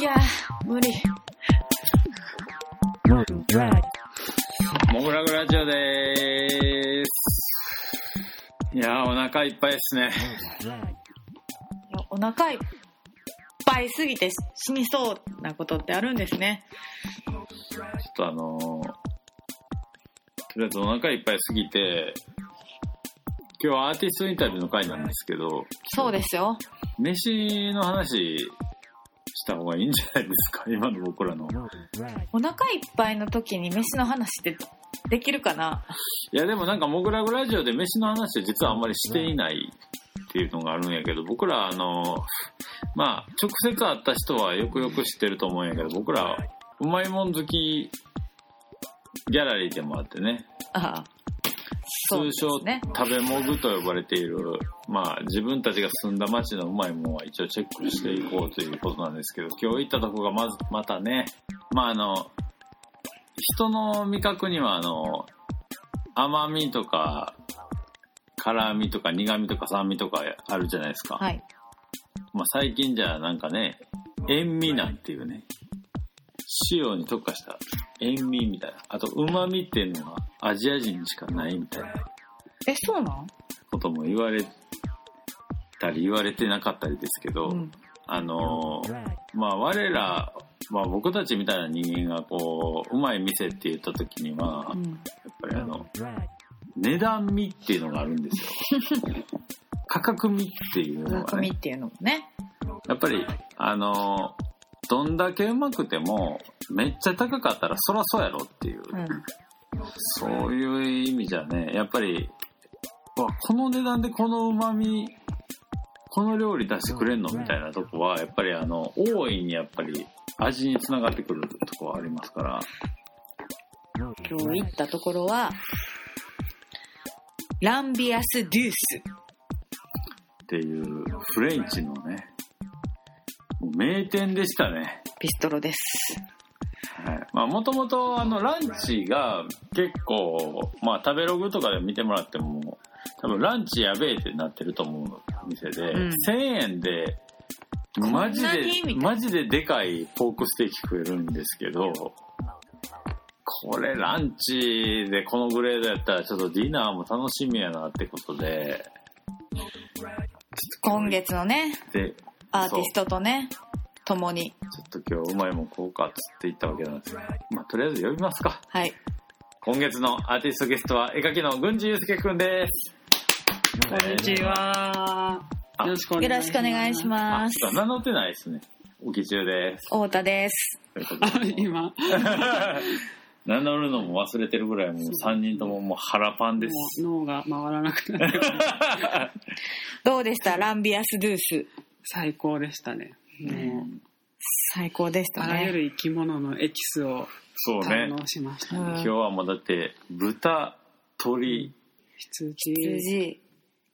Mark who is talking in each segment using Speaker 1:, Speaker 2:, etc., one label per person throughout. Speaker 1: いやー、無理。
Speaker 2: モグラグラジオでーす。いやー、お腹いっぱいですね。
Speaker 1: お腹いっぱいすぎて死にそうなことってあるんですね。
Speaker 2: ちょっとあのー、とりあえずお腹いっぱいすぎて、今日はアーティストインタビューの回なんですけど、
Speaker 1: そうですよ。
Speaker 2: 飯の話した方がいいんじゃないですか、今の僕らの。
Speaker 1: お腹いっぱいの時に飯の話ってできるかない
Speaker 2: や、でもなんかモグラグラジオで飯の話って実はあんまりしていないっていうのがあるんやけど、僕らあのー、まあ、直接会った人はよくよく知ってると思うんやけど、僕ら、うまいもん好きギャラリーでもあってね、
Speaker 1: ああ。そう
Speaker 2: 通
Speaker 1: です
Speaker 2: 称、
Speaker 1: ね。
Speaker 2: 食べもぐと呼ばれている、まあ、自分たちが住んだ町のうまいもんは一応チェックしていこうということなんですけど、今日行ったとこがまず、またね、まああの、人の味覚にはあの、甘みとか、辛みとか苦みとか酸味とかあるじゃないですか。
Speaker 1: はい。
Speaker 2: まあ、最近じゃなんかね、塩味なんていうね、塩に特化した塩味みたいな。あと、旨味っていうのはアジア人しかないみたいな。
Speaker 1: え、そうなん
Speaker 2: ことも言われたり言われてなかったりですけど、
Speaker 1: うん。
Speaker 2: あのーまあ我ら、まあ、僕たちみたいな人間がこううまい店って言った時には
Speaker 1: う
Speaker 2: やっ
Speaker 1: ん。
Speaker 2: ぱりあの値段味っていうのがあるんですよ 価格味っていうのが
Speaker 1: 中身
Speaker 2: ね
Speaker 1: っていうのもね。
Speaker 2: やっぱりあのーどんだけうまくてもめっちゃ高かったらそらそうやろっていう、
Speaker 1: うん。
Speaker 2: そういう意味じゃね、やっぱり、うわこの値段でこの旨味、この料理出してくれんのみたいなとこは、やっぱりあの、大いにやっぱり味につながってくるとこはありますから、
Speaker 1: 今日行ったところは、ランビアス・デュース。
Speaker 2: っていうフレンチのね、もう名店でしたね。
Speaker 1: ビストロです。
Speaker 2: はい。まあ、もともと、あの、ランチが結構、まあ、食べログとかで見てもらっても、多分ランチやべえってなってると思う店で、
Speaker 1: うん
Speaker 2: 1000円で、マジ
Speaker 1: こんなにみた
Speaker 2: で、
Speaker 1: いな
Speaker 2: マジででかいポークステーキ食えるんですけど、これランチでこのグレードやったらちょっとディナーも楽しみやなってことで、
Speaker 1: 今月のね、
Speaker 2: で、
Speaker 1: アーティストとね、共に。
Speaker 2: ちょっと今日うまいもんこうかっつって言ったわけなんですけど、まあとりあえず呼びますか。
Speaker 1: はい。
Speaker 2: 今月のアーティストゲストは絵描きの郡司祐介くんです。
Speaker 3: こんにちは。
Speaker 2: あ
Speaker 3: よろしくお
Speaker 1: よろ
Speaker 3: 願い
Speaker 1: し
Speaker 3: し
Speaker 1: くお願い
Speaker 3: ま
Speaker 1: し
Speaker 3: す。
Speaker 2: あ
Speaker 1: ま、す。
Speaker 2: そう名乗ってないですね。おき中です。
Speaker 1: 太田です。
Speaker 2: ということで
Speaker 3: 今、
Speaker 2: 名乗るのも忘れてるぐらいもう3人とももう腹パンです。
Speaker 3: もう脳が回らなくなって、
Speaker 1: どうでしたランビアス・ドゥース。
Speaker 3: 最高でしたね。もう、
Speaker 1: 最高でした
Speaker 3: あらゆ
Speaker 1: ね。
Speaker 3: る生き物のエキスを
Speaker 2: そう
Speaker 3: 堪
Speaker 2: ね。
Speaker 3: 能しました
Speaker 1: う
Speaker 3: ね。
Speaker 1: ん
Speaker 2: 今日はもうだって豚、鳥、
Speaker 3: 羊、
Speaker 1: 羊、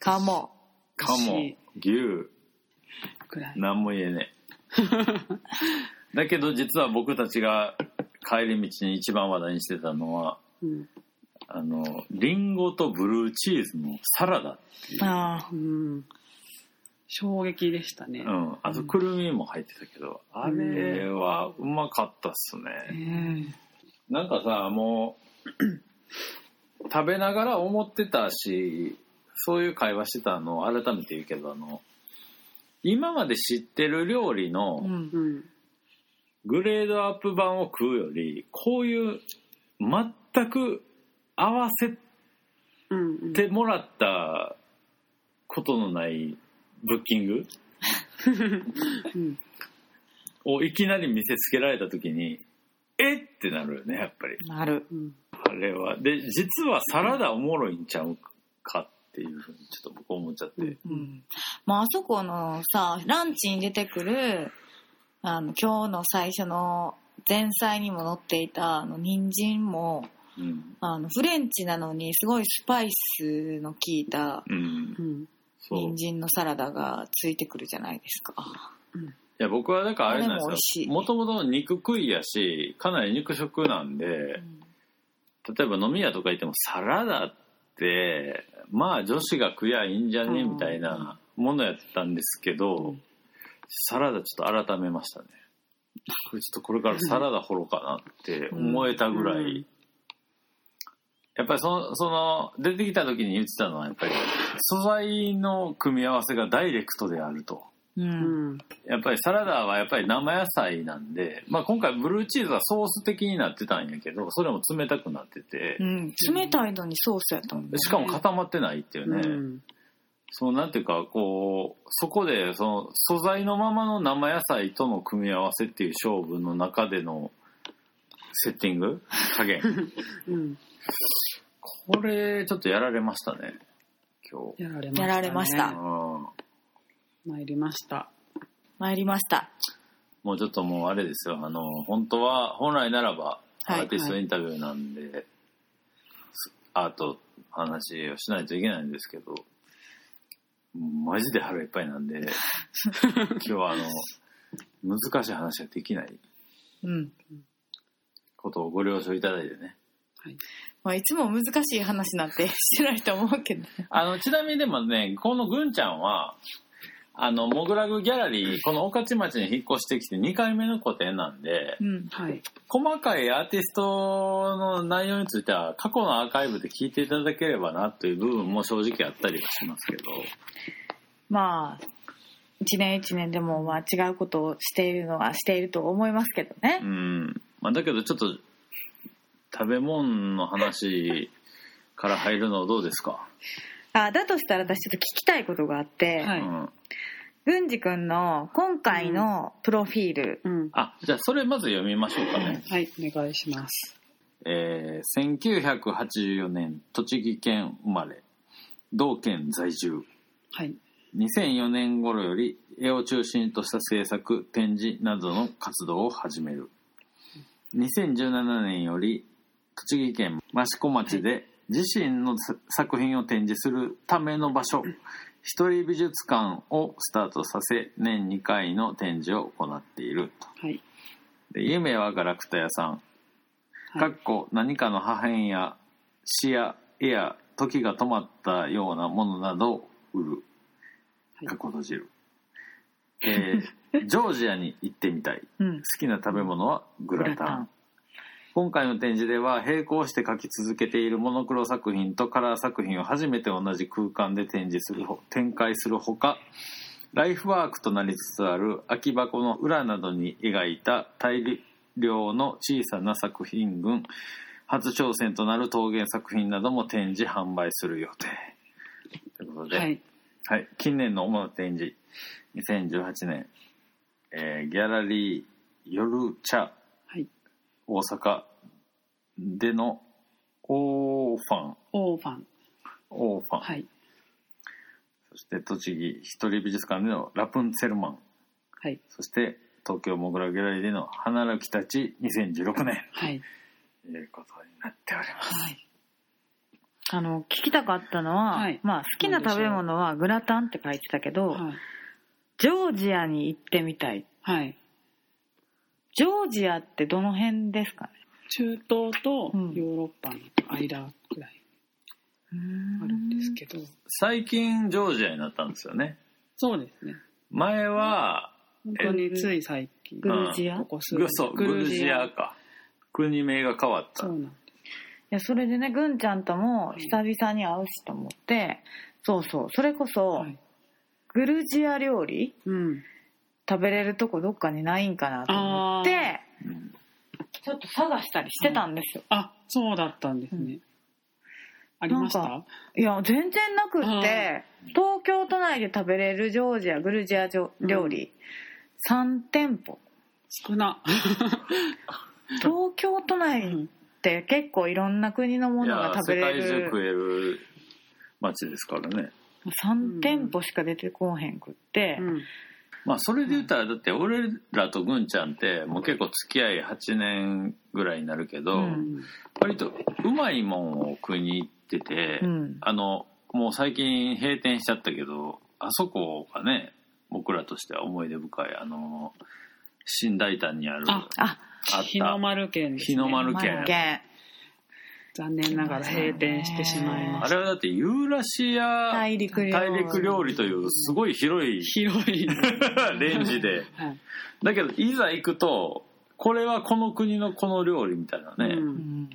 Speaker 1: カモ。
Speaker 2: カモ
Speaker 3: 牛、
Speaker 2: 牛、
Speaker 3: くらい。
Speaker 2: なんも言えねえ。だけど実は僕たちが帰り道に一番話題にしてたのは、
Speaker 3: うん
Speaker 2: あの、リンゴとブルーチーズのサラダ。
Speaker 1: あ
Speaker 3: うん衝撃でしたね
Speaker 2: う。ん。あと、くるみも入ってたけど、あれはうまかったっす
Speaker 3: え
Speaker 2: ね。
Speaker 3: え
Speaker 2: なんかさ、もう、食べながら思ってたし、そういう会話してたのを改めて言うけど、あの、今まで知ってる料
Speaker 1: あ。
Speaker 2: 理
Speaker 1: う
Speaker 2: の
Speaker 1: ん。
Speaker 3: うん
Speaker 2: グレードアップ版を食うより、こういう全く合わせ
Speaker 3: うんうん
Speaker 2: てもらったことのないブッキング
Speaker 3: うん
Speaker 2: をいきなり見せつけられた時にえってなるよねやっぱり
Speaker 1: なる。
Speaker 3: うん
Speaker 2: あれはで実はサラダおもろいんちゃうかっていうふうにちょっと僕思っちゃって、
Speaker 3: うん
Speaker 1: うん。まあ、あそこのさ、ランチに出てくる、あの、今日の最初の前菜にも載っていた、あの、人参も、
Speaker 2: うん
Speaker 1: あの、フレンチなのに、すごいスパイスの効いた
Speaker 2: うん
Speaker 3: うん
Speaker 2: そうい
Speaker 1: 人参のサラダがついてくるじゃないですか。
Speaker 2: や僕はだからあれなん
Speaker 1: あれも美
Speaker 2: で
Speaker 1: 味
Speaker 2: す
Speaker 1: しい
Speaker 2: よもともと肉食いやしかなり肉食なんで、
Speaker 1: うん
Speaker 2: 例えば飲み屋とか行ってもサラダってまあ女子が食やいいんじゃね
Speaker 3: うん
Speaker 2: みたいなものやったんですけど、
Speaker 3: うん
Speaker 2: サラダちょっと改めましたねこれちょっとこれからサラダ掘ろうかなって思えたぐらい、
Speaker 3: うん
Speaker 2: やっぱりそのその出てきた時に言ってたのはやっぱり素材の組み合わせがダイレクトであると。
Speaker 1: う
Speaker 3: うんん。
Speaker 2: やっぱりサラダはやっぱり生野菜なんで、まあ、今回ブルーチーズはソース的になってたんやけどそれも冷たくなってて
Speaker 1: う、ん、冷たいのにソースやったもんね
Speaker 2: しかも固まってないっていう
Speaker 3: う
Speaker 2: ね、
Speaker 3: ん。
Speaker 2: そのなんていうかこうそこでその素材のままの生野菜との組み合わせっていう勝負の中でのセッティング加 減
Speaker 3: うん。
Speaker 2: これちょっとやられましたね今日
Speaker 3: やられました、
Speaker 1: や
Speaker 3: ね。
Speaker 1: られました
Speaker 2: うん
Speaker 3: 参りました。
Speaker 1: 参りました
Speaker 2: もうちょっともうあれですよあの本当は本来ならばア
Speaker 1: はい
Speaker 2: ーティストインタビューなんで、すアートの話をしないといけないんですけどマジで腹いっぱいなん で今日はあの難しい話ができない
Speaker 1: うん
Speaker 2: ことをご了承いただいてね
Speaker 1: まあ、いつも難しい話なんて してないと思うけど
Speaker 2: あのちなみにでもねこのぐんちゃんはあのモグラグギャラリーこの御徒町に引っ越してきて2回目の個展なんで
Speaker 1: うん
Speaker 3: はい。
Speaker 2: 細かいアーティストの内容については過去のアーカイブで聞いていただければなという部分も正直あったりはしますけど
Speaker 1: まあ一年一年でもまあ違うことをしているのはしていると思いますけどね
Speaker 2: うん、まあ、だけどちょっと食べ物の話から入るのどうですか、
Speaker 1: あだとしたら私ちょっと聞きたいことがあって、
Speaker 3: はい
Speaker 2: うん、
Speaker 1: 郡司君の今回のプロフィール、
Speaker 3: うん。
Speaker 2: あじゃあそれまず読みましょうかね、
Speaker 3: はい、お願いします。
Speaker 2: えー1984年栃木県生まれ同県在住
Speaker 3: はい。
Speaker 2: 2004年頃より絵を中心とした制作展示などの活動を始める2017年より栃木県益子町で自身のさ作品を展示するための場所一人美術館をスタートさせ年2回の展示を行っていると
Speaker 3: はい。
Speaker 2: で夢はガラクタ屋さん
Speaker 3: は
Speaker 2: か
Speaker 3: い
Speaker 2: っ。こ何かの破片や詩や絵や時が止まったようなものなどを売る
Speaker 3: はい
Speaker 2: かっこ閉じる、えージョージアに行ってみたい
Speaker 1: うん
Speaker 2: 好きな食べ物はグラタ
Speaker 1: グ
Speaker 2: ン
Speaker 1: ラタン
Speaker 2: 今回の展示では並行して描き続けているモノクロ作品とカラー作品を初めて同じ空間で展示するほ展開するほかライフワークとなりつつある空き箱の裏などに描いた大量の小さな作品群初挑戦となる陶芸作品なども展示販売する予定ということで、
Speaker 3: はい。
Speaker 2: はい、近年の主な展示2018年、えーギャラリー夜茶
Speaker 3: はい。
Speaker 2: 大阪でのオーファン
Speaker 3: オーファン。
Speaker 2: オーファン、
Speaker 3: はい。
Speaker 2: そして栃木一人美術館でのラプンツェルマン
Speaker 3: はい。
Speaker 2: そして東京モグラギャラリーでの花らきたち2016年
Speaker 3: はい。
Speaker 2: ということになっております
Speaker 3: はい。
Speaker 1: あの聞きたかったのは、
Speaker 3: はい
Speaker 1: まあ、好きな食べ物はグラタンって書いてたけど、
Speaker 3: はい。
Speaker 1: ジョージアに行ってみたい
Speaker 3: はい。
Speaker 1: ジョージアってどの辺ですかね
Speaker 3: 中東とヨーロッパの間くらいあるんですけど、
Speaker 2: 最近ジョージアになったんですよね
Speaker 3: そうですね。
Speaker 2: 前は、
Speaker 3: 本当につい最近、
Speaker 1: グルジア
Speaker 3: ここ数
Speaker 2: グソグルジア
Speaker 3: グル
Speaker 2: か国名が変わった
Speaker 3: そうなんで
Speaker 1: い
Speaker 3: す。
Speaker 1: やそれでねぐんちゃんとも久々に会うしと思ってそうそうそれこそ
Speaker 3: はい
Speaker 1: グルジア料理
Speaker 3: うん。
Speaker 1: 食べれるとこどっかにないんかなと思って
Speaker 2: うん
Speaker 1: ちょっと探したりしてたんですよ、
Speaker 3: あ、そうだったんですね。
Speaker 1: うん
Speaker 3: ありまし
Speaker 1: な
Speaker 3: た
Speaker 1: いや全然なくって東京都内で食べれるジョージアグルジアジョ料理、3店舗
Speaker 3: 少な。
Speaker 1: 東京都内って結構いろんな国のものが食べれ
Speaker 2: いや世界中食
Speaker 1: る
Speaker 2: える街ですからね
Speaker 1: 3店舗しか出てこうへんくって、
Speaker 3: うん
Speaker 2: まあそれで言ったらだって俺らとぐんちゃんってもう結構付き合い8年ぐらいになるけど、
Speaker 1: うん
Speaker 2: 割とうまいもんを食いに行ってて、
Speaker 1: うん
Speaker 2: あのもう最近閉店しちゃったけどあそこがね僕らとしては思い出深いあの新大胆にある
Speaker 3: あ
Speaker 1: あ
Speaker 2: あっ
Speaker 3: 日の
Speaker 2: た
Speaker 3: 丸県です、
Speaker 2: 日
Speaker 3: ね。
Speaker 2: の丸
Speaker 1: マルケン
Speaker 3: 残念ながら閉店してしまいま
Speaker 2: あ
Speaker 3: した
Speaker 2: れはだってユーラシア
Speaker 1: 大陸料理
Speaker 2: 大陸料理というすごい広い
Speaker 3: 広い、
Speaker 2: レンジで
Speaker 3: はい
Speaker 2: だけどいざ行くとこれはこの国のこの料理みたいなね、
Speaker 3: うん
Speaker 1: うん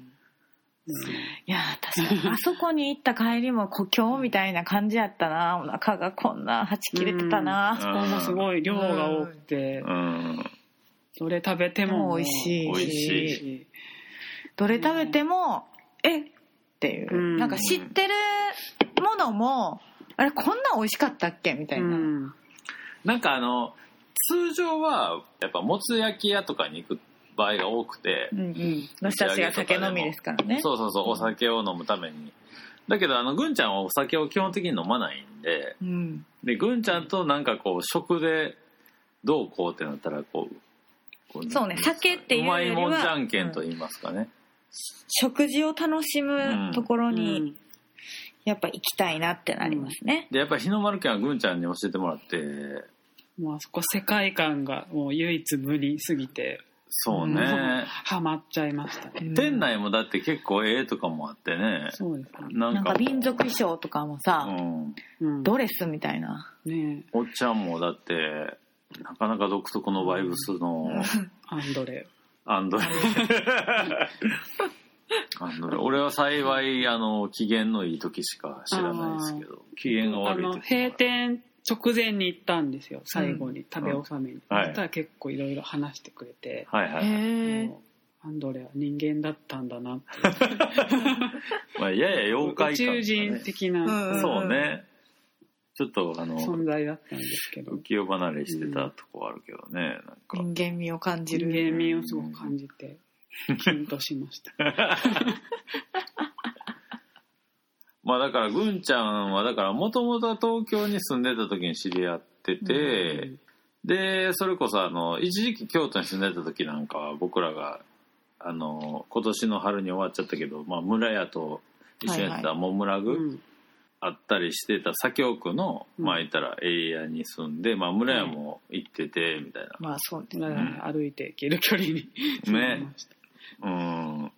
Speaker 1: いやー確かにあそこに行った帰りも故郷みたいな感じやった なお腹がこんなはち切れてたな、
Speaker 3: ここもす
Speaker 2: い、
Speaker 3: ごい量が多くて、
Speaker 2: うん、
Speaker 3: どれ食べて
Speaker 1: でも
Speaker 3: も
Speaker 1: 美味しい
Speaker 2: 美味しい
Speaker 3: し
Speaker 1: どれ食べても、えっていう、
Speaker 3: うん
Speaker 1: なんか知ってるものもあれこんな美味しかったっけみたいな、
Speaker 3: うん
Speaker 2: なんかあの通常はやっぱもつ焼き屋とかに行く場合が多くて、
Speaker 1: うんうん、私たちが酒飲みですからね
Speaker 2: そうそうそうお酒を飲むためにだけどあのぐんちゃんはお酒を基本的に飲まないんで
Speaker 1: うん、
Speaker 2: でぐんちゃんとなんかこう食でどうこうってなったらこうこ
Speaker 1: そうね酒っていう
Speaker 2: ま
Speaker 1: よ
Speaker 2: い
Speaker 1: りは
Speaker 2: もんじゃんけんと言いますかね、
Speaker 1: 食事を楽しむところにやっぱ行きたいなってなりますね、
Speaker 2: でやっぱ日の丸県はぐんちゃんに教えてもらって
Speaker 3: もうあそこ世界観がもう唯一無二すぎて
Speaker 2: そう
Speaker 1: うん
Speaker 2: ね、
Speaker 3: ハマっちゃいましたね、
Speaker 1: うん
Speaker 2: 店内もだって結構ええとかもあってね
Speaker 3: そうですね
Speaker 2: なん
Speaker 1: なん
Speaker 2: か
Speaker 1: か民族衣装とかも
Speaker 2: う
Speaker 1: さ、
Speaker 2: ん
Speaker 3: うん
Speaker 1: ドレスみたいな
Speaker 3: ね
Speaker 2: おっちゃんもだってなかなか独特のバイブスの
Speaker 3: アンドレ
Speaker 2: アンドレアンドレ俺は幸いあの機嫌のいい時しか知らないですけど機嫌が
Speaker 3: あ
Speaker 2: 悪い
Speaker 3: の
Speaker 2: 時
Speaker 3: 閉店直前に行ったんですよ最後に食べ納めに、
Speaker 2: はい
Speaker 3: そしたら結構いろいろ話してくれて、
Speaker 2: はいはいはい、
Speaker 1: へえ
Speaker 3: もうアンドレは人間だったんだなって
Speaker 2: まあ、やや妖怪
Speaker 3: 宇
Speaker 2: 感、ね、
Speaker 3: 宙人的な、
Speaker 1: うん
Speaker 2: そうねちょっとあの
Speaker 3: 存在だったんですけど
Speaker 2: 浮世離れしてたとこあるけどねなんか
Speaker 1: 人間味を感じ
Speaker 3: 人
Speaker 1: る
Speaker 3: 間味をすごく感じてキュンとしました
Speaker 2: まあだから、ぐんちゃんは、だから、もともとは東京に住んでた時に知り合ってて、で、それこそ、あの、一時期京都に住んでた時なんかは、僕らが、あの、今年の春に終わっちゃったけど、まあ、村屋と一緒にやってた、もむら
Speaker 3: う
Speaker 2: ぐ、
Speaker 3: ん
Speaker 2: あったりしてた左京区の、
Speaker 3: うん
Speaker 2: まあ、言ったら、エリアに住んで、まあ、村屋も行ってて、みたいな。
Speaker 1: まあそうです
Speaker 3: だから歩いて行ける距離に住んでました
Speaker 2: うん。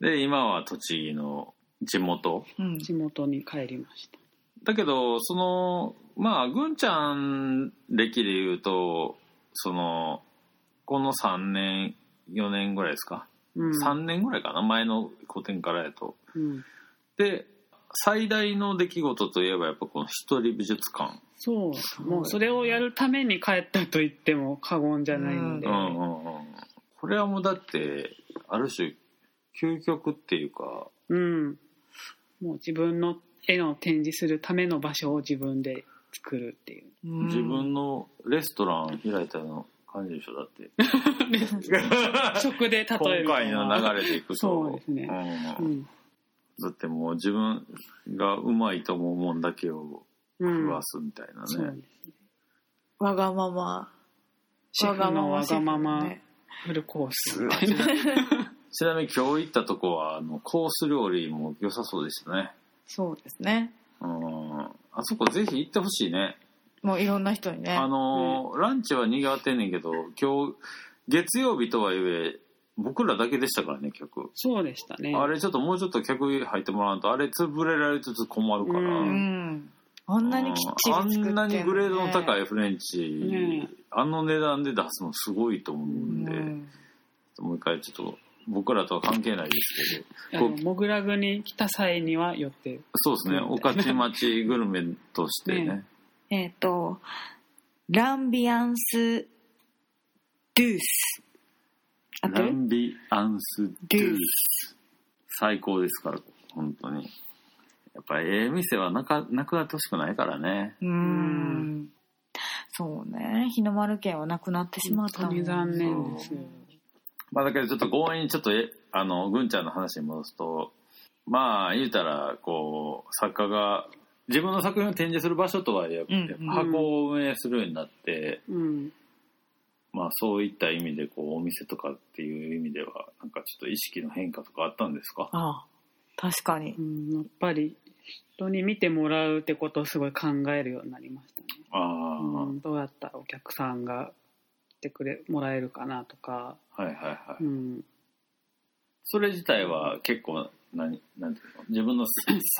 Speaker 2: で、今は栃木の地元。
Speaker 1: うん
Speaker 3: 地元に帰りました
Speaker 2: だけどそのまあぐんちゃん歴で言うとそのこの3年4年ぐらいですか、
Speaker 3: うん
Speaker 2: 3年ぐらいかな前の古典からやと
Speaker 3: うん
Speaker 2: で最大の出来事といえばやっぱこの一人美術館、
Speaker 3: そう
Speaker 1: すごい
Speaker 3: もうそれをやるために帰ったと言っても過言じゃないので、
Speaker 2: うんうんうん、これはもうだってある種究極っていうか
Speaker 3: うん、もう自分の絵を展示するための場所を自分で作るっていう
Speaker 1: うん
Speaker 2: 自分のレストラン開いたような感じでしょだ って
Speaker 3: 食で例える
Speaker 2: 今回の流れでいくと
Speaker 3: そうですね
Speaker 2: うん
Speaker 3: うん
Speaker 2: だってもう自分がうまいと思うもんだけを
Speaker 3: うん
Speaker 2: 食わすみたいな
Speaker 3: そう
Speaker 2: ね、
Speaker 1: わがまま
Speaker 3: シェフのわがま
Speaker 1: シェフ
Speaker 3: ま
Speaker 1: ね
Speaker 3: フルコース
Speaker 2: うわちなちなみに今日行ったとこはあのコース料理も良さそうでしたね
Speaker 1: そうですね
Speaker 2: うんあそこぜひ行ってほしいね
Speaker 1: もういろんな人にね
Speaker 2: あのーランチはにぎわってんねんけど今日月曜日とはいえ僕らだけでしたからね客
Speaker 3: そうでしたね
Speaker 2: あれちょっともうちょっと客入ってもらうとあれ潰れられつつ困るから、
Speaker 1: う
Speaker 3: うん
Speaker 1: あんなにきっちり作って
Speaker 2: あんなにグレードの高
Speaker 1: い、
Speaker 2: いフレンチ、
Speaker 3: ね
Speaker 2: あの値段で出すのすごいと思う
Speaker 1: うん
Speaker 2: で、
Speaker 1: ん、
Speaker 2: もう一回ちょっと僕らとは関係ないですけど
Speaker 3: あのモグラグに来た際には寄って
Speaker 2: そうですね
Speaker 3: うん
Speaker 2: 御徒町グルメとして ね
Speaker 3: ね
Speaker 1: えっ、とランビアンスデュース合って
Speaker 2: ラ
Speaker 1: る
Speaker 2: ンビアンスデュース最高ですから本当にやっぱええ店はなかなくなってほしくないからね
Speaker 1: うーんそうね日の丸県はなくなってしまった
Speaker 3: 本当に残念ですよ
Speaker 2: まあだけどちょっと強引にちょっとえあのぐんちゃんの話に戻すとまあ言うたらこう作家が自分の作品を展示する場所とはいえ、
Speaker 1: うん
Speaker 2: やっぱ箱を運営するようになって、
Speaker 3: うん
Speaker 2: まあそういった意味でこうお店とかっていう意味ではなんかちょっと意識の変化とかあったんですか
Speaker 1: ああ確かに
Speaker 3: うんやっぱり人に見てもらうってことをすごい考えるようになりましたね
Speaker 2: ああ、
Speaker 3: うん、どうやったらお客さんが来てくれもらえるかなとか、
Speaker 2: はいはいはい、
Speaker 3: うん、
Speaker 2: それ自体は結構何なんていうの自分の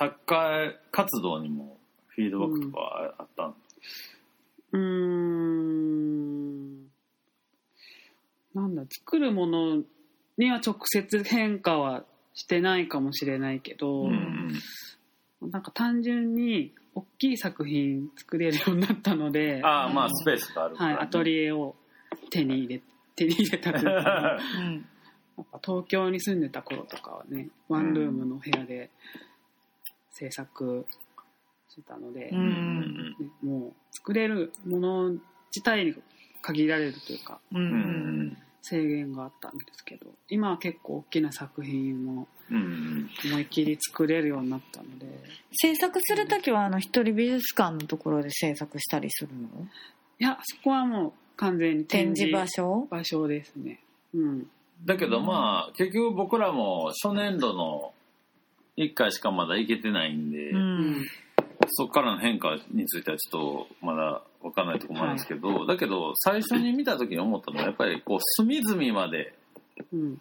Speaker 2: 作家活動にもフィードバックとかあったの、
Speaker 3: うーんなんだ作るものには直接変化はしてないかもしれないけど、
Speaker 2: うん
Speaker 3: なんか単純に大きい作品作れるようになったので、
Speaker 2: ああまあスペースがあるから
Speaker 3: は
Speaker 2: ね、
Speaker 3: い、アト リエを手に入れ 手に入れたというかや
Speaker 1: うん
Speaker 3: っぱ東京に住んでた頃とかはねワンルームの部屋で制作してたので。
Speaker 1: う
Speaker 2: うんうん
Speaker 1: ん
Speaker 3: ね、もう作れるもの自体に限られるというか
Speaker 1: うんう
Speaker 2: うん
Speaker 1: ん
Speaker 3: 制限があったんですけど今は結構大きな作品も
Speaker 2: うんうん
Speaker 3: 思いっきり作れるようになったので
Speaker 1: 制作するときはあの一人美術館のところで制作したりするの
Speaker 3: いやそこはもう完全に
Speaker 1: 展
Speaker 3: 展示
Speaker 1: 示場
Speaker 3: 場
Speaker 1: 所
Speaker 3: 所ですね。うん、
Speaker 2: だけどまあ結局僕らも初年度の1回しかまだ行けてないんで、
Speaker 1: うん
Speaker 2: そこからの変化についてはちょっとまだ分かんないところもあるんですけど、だけど最初に見た時に思ったのはやっぱりこう隅々まで
Speaker 3: うん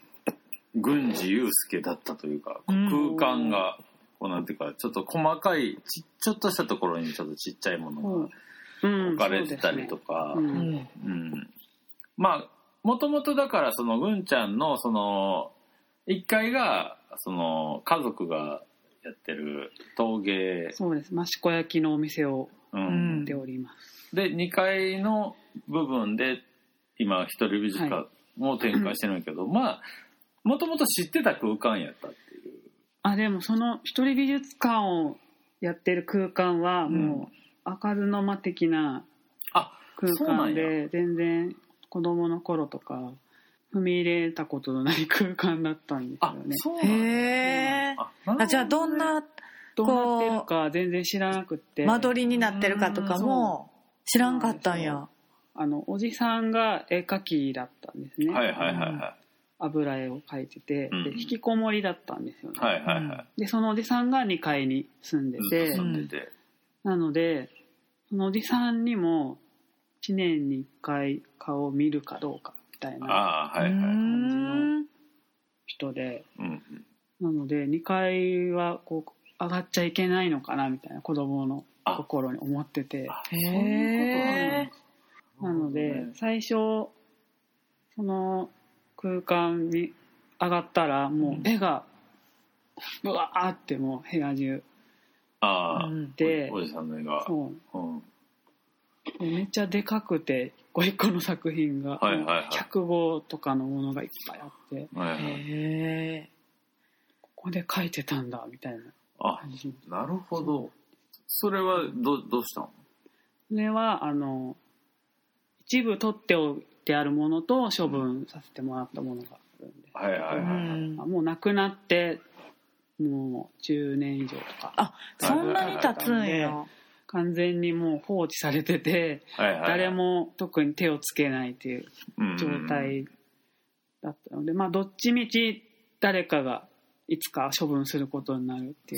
Speaker 2: 郡司祐介だったというか、
Speaker 1: うん
Speaker 2: 空間がこうなんていうかちょっと細かいちちょっとしたところにちょっとちっちゃいものが
Speaker 3: うん
Speaker 2: 置かれてたりとか、
Speaker 3: そうです
Speaker 1: う
Speaker 3: ね
Speaker 1: ん
Speaker 2: うんまあもともとだからその郡ちゃんのその1階がその家族がやってる陶芸、
Speaker 3: そうです益子焼きのお店を
Speaker 2: う
Speaker 1: うん
Speaker 3: やっております、
Speaker 2: で2階の部分で今一人美術館を展開してるんやけど、まあもともと知ってた空間やったっていう
Speaker 3: あでもその一人美術館をやってる空間はもう開かずの間的な
Speaker 2: あ
Speaker 3: 空
Speaker 2: そうなん
Speaker 3: 間
Speaker 2: や
Speaker 3: で全然子供の頃とか踏み入れたことのない空間だったんですよ
Speaker 2: あ
Speaker 3: ね。
Speaker 2: そうなんや
Speaker 1: へえ
Speaker 2: なるほど
Speaker 1: じゃあどんな
Speaker 3: どうなってるか全然知らなくて
Speaker 1: 間取りになってるかとかも知らんかったんや
Speaker 3: あのおじさんが絵描きだったんですね、
Speaker 2: はいはいはいは
Speaker 3: 油絵を描いてて、
Speaker 2: うん
Speaker 3: で引きこもりだったんですよね、
Speaker 2: いはいはいはい
Speaker 3: でそのおじさんが2階に住んで
Speaker 2: ずっと
Speaker 3: て、
Speaker 2: 住んでて
Speaker 3: なのでそのおじさんにも1年に1回顔を見るかどうかみたいな
Speaker 2: ああはいはいは
Speaker 1: う
Speaker 2: い
Speaker 1: ん
Speaker 3: 人で
Speaker 2: うん
Speaker 3: なので2階はこう上がっちゃいけないのかなみたいな子供の
Speaker 2: あ
Speaker 3: 心に思ってて
Speaker 2: あ
Speaker 1: へえ
Speaker 3: なので、最初その空間に上がったらも
Speaker 2: うん
Speaker 3: う絵がうわーってもう部屋中
Speaker 2: ああ、
Speaker 3: で
Speaker 2: おじさんの絵が、
Speaker 3: そう
Speaker 2: ん、
Speaker 3: うめっちゃでかくて一個一個の作品が、
Speaker 2: はいはいはい
Speaker 3: 100号とかのものがいっぱいあって
Speaker 2: はいはい
Speaker 1: へえ
Speaker 3: ここで描いてたんだみたいな
Speaker 2: あ
Speaker 3: 感じ
Speaker 2: なるほどそれはどどうしたの
Speaker 3: それはあの一部取っておいてあるものと処分させてもらったものがあるんで、
Speaker 2: はいはいは
Speaker 1: う
Speaker 2: いはい、
Speaker 1: ん
Speaker 3: あもうなくなってもう10年以上とか
Speaker 1: あそんなに経つんや
Speaker 3: 完全にもう放置されてて
Speaker 2: はいはいはい
Speaker 3: 誰も特に手をつけないっていう状態だったのでまあどっちみち誰かがいつか処分することになるってい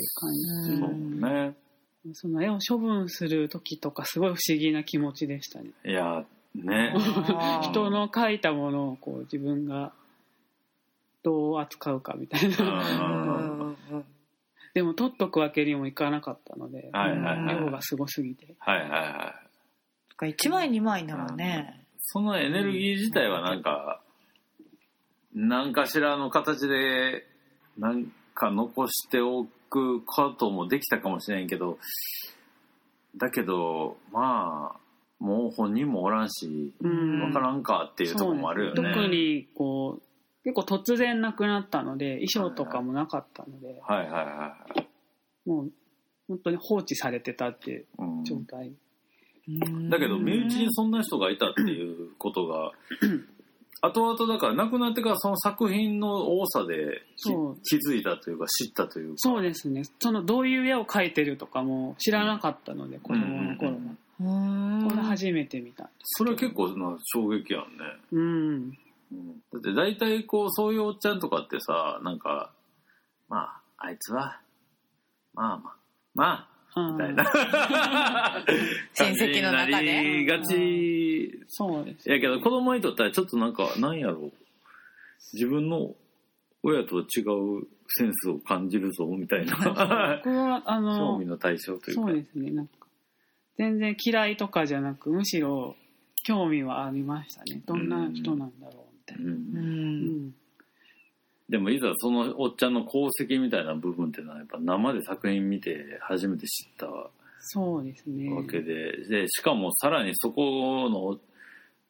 Speaker 2: う
Speaker 3: う
Speaker 2: ん
Speaker 3: 感
Speaker 2: うんそうね
Speaker 3: じ、その絵を処分する時とかすごい不思議な気持ちでしたね
Speaker 2: いや ね
Speaker 1: あー
Speaker 3: 人の描いたものをこう自分がどう扱うかみたい
Speaker 2: うん
Speaker 3: な
Speaker 1: うんうんうん
Speaker 3: でも取っとくわけにもいかなかったので、
Speaker 2: はいはいはい
Speaker 3: 量がすごすぎて
Speaker 2: はいはいはい
Speaker 1: そっか1枚2枚ならね
Speaker 2: そのエネルギー自体はなんか、何かしらの形でなんか残しておくこともできたかもしれんけどだけどまあもう本人もおらんし
Speaker 1: うん
Speaker 2: わからんかっていうところもあるよ
Speaker 3: そう
Speaker 2: ね。
Speaker 3: です特にこう結構突然なくなったので衣装とかもなかったので、
Speaker 2: はいはいはい。
Speaker 3: もう本当に放置されてたっていう
Speaker 2: うん
Speaker 3: 状態、
Speaker 1: うん
Speaker 2: だけど身内にそんな人がいたっていうことが 後々だから亡くなってからその作品の多さでき
Speaker 3: そう
Speaker 2: 気づいたというか知ったというか
Speaker 3: そうですねそのどういう絵を描いてるとかも知らなかったので子供の頃は、
Speaker 2: うん
Speaker 1: うん
Speaker 3: これ初めて見た
Speaker 2: それは結構な衝撃やんね、
Speaker 3: うん
Speaker 2: だって大体こうそういうおっちゃんとかってさなんかまああいつはまあまあま
Speaker 3: あ
Speaker 2: あ
Speaker 3: ー
Speaker 2: みたいな
Speaker 1: 親戚の中で
Speaker 2: 感じになりがち
Speaker 3: そうです
Speaker 2: やけど子供にとったらちょっとなんかなんやろう自分の親と違うセンスを感じるぞみたいな
Speaker 3: 僕はあ
Speaker 2: 興
Speaker 3: の
Speaker 2: 味の対象というか、
Speaker 3: そうですねなんか全然嫌いとかじゃなくむしろ興味はありましたねどんな人なんだろうみたいうな、
Speaker 1: うん
Speaker 3: うん
Speaker 1: ん
Speaker 2: でもいざそのおっちゃんの功績みたいな部分っていうのはやっぱ生で作品見て初めて知ったわ
Speaker 3: そうですね
Speaker 2: けで,、でしかもさらにそこの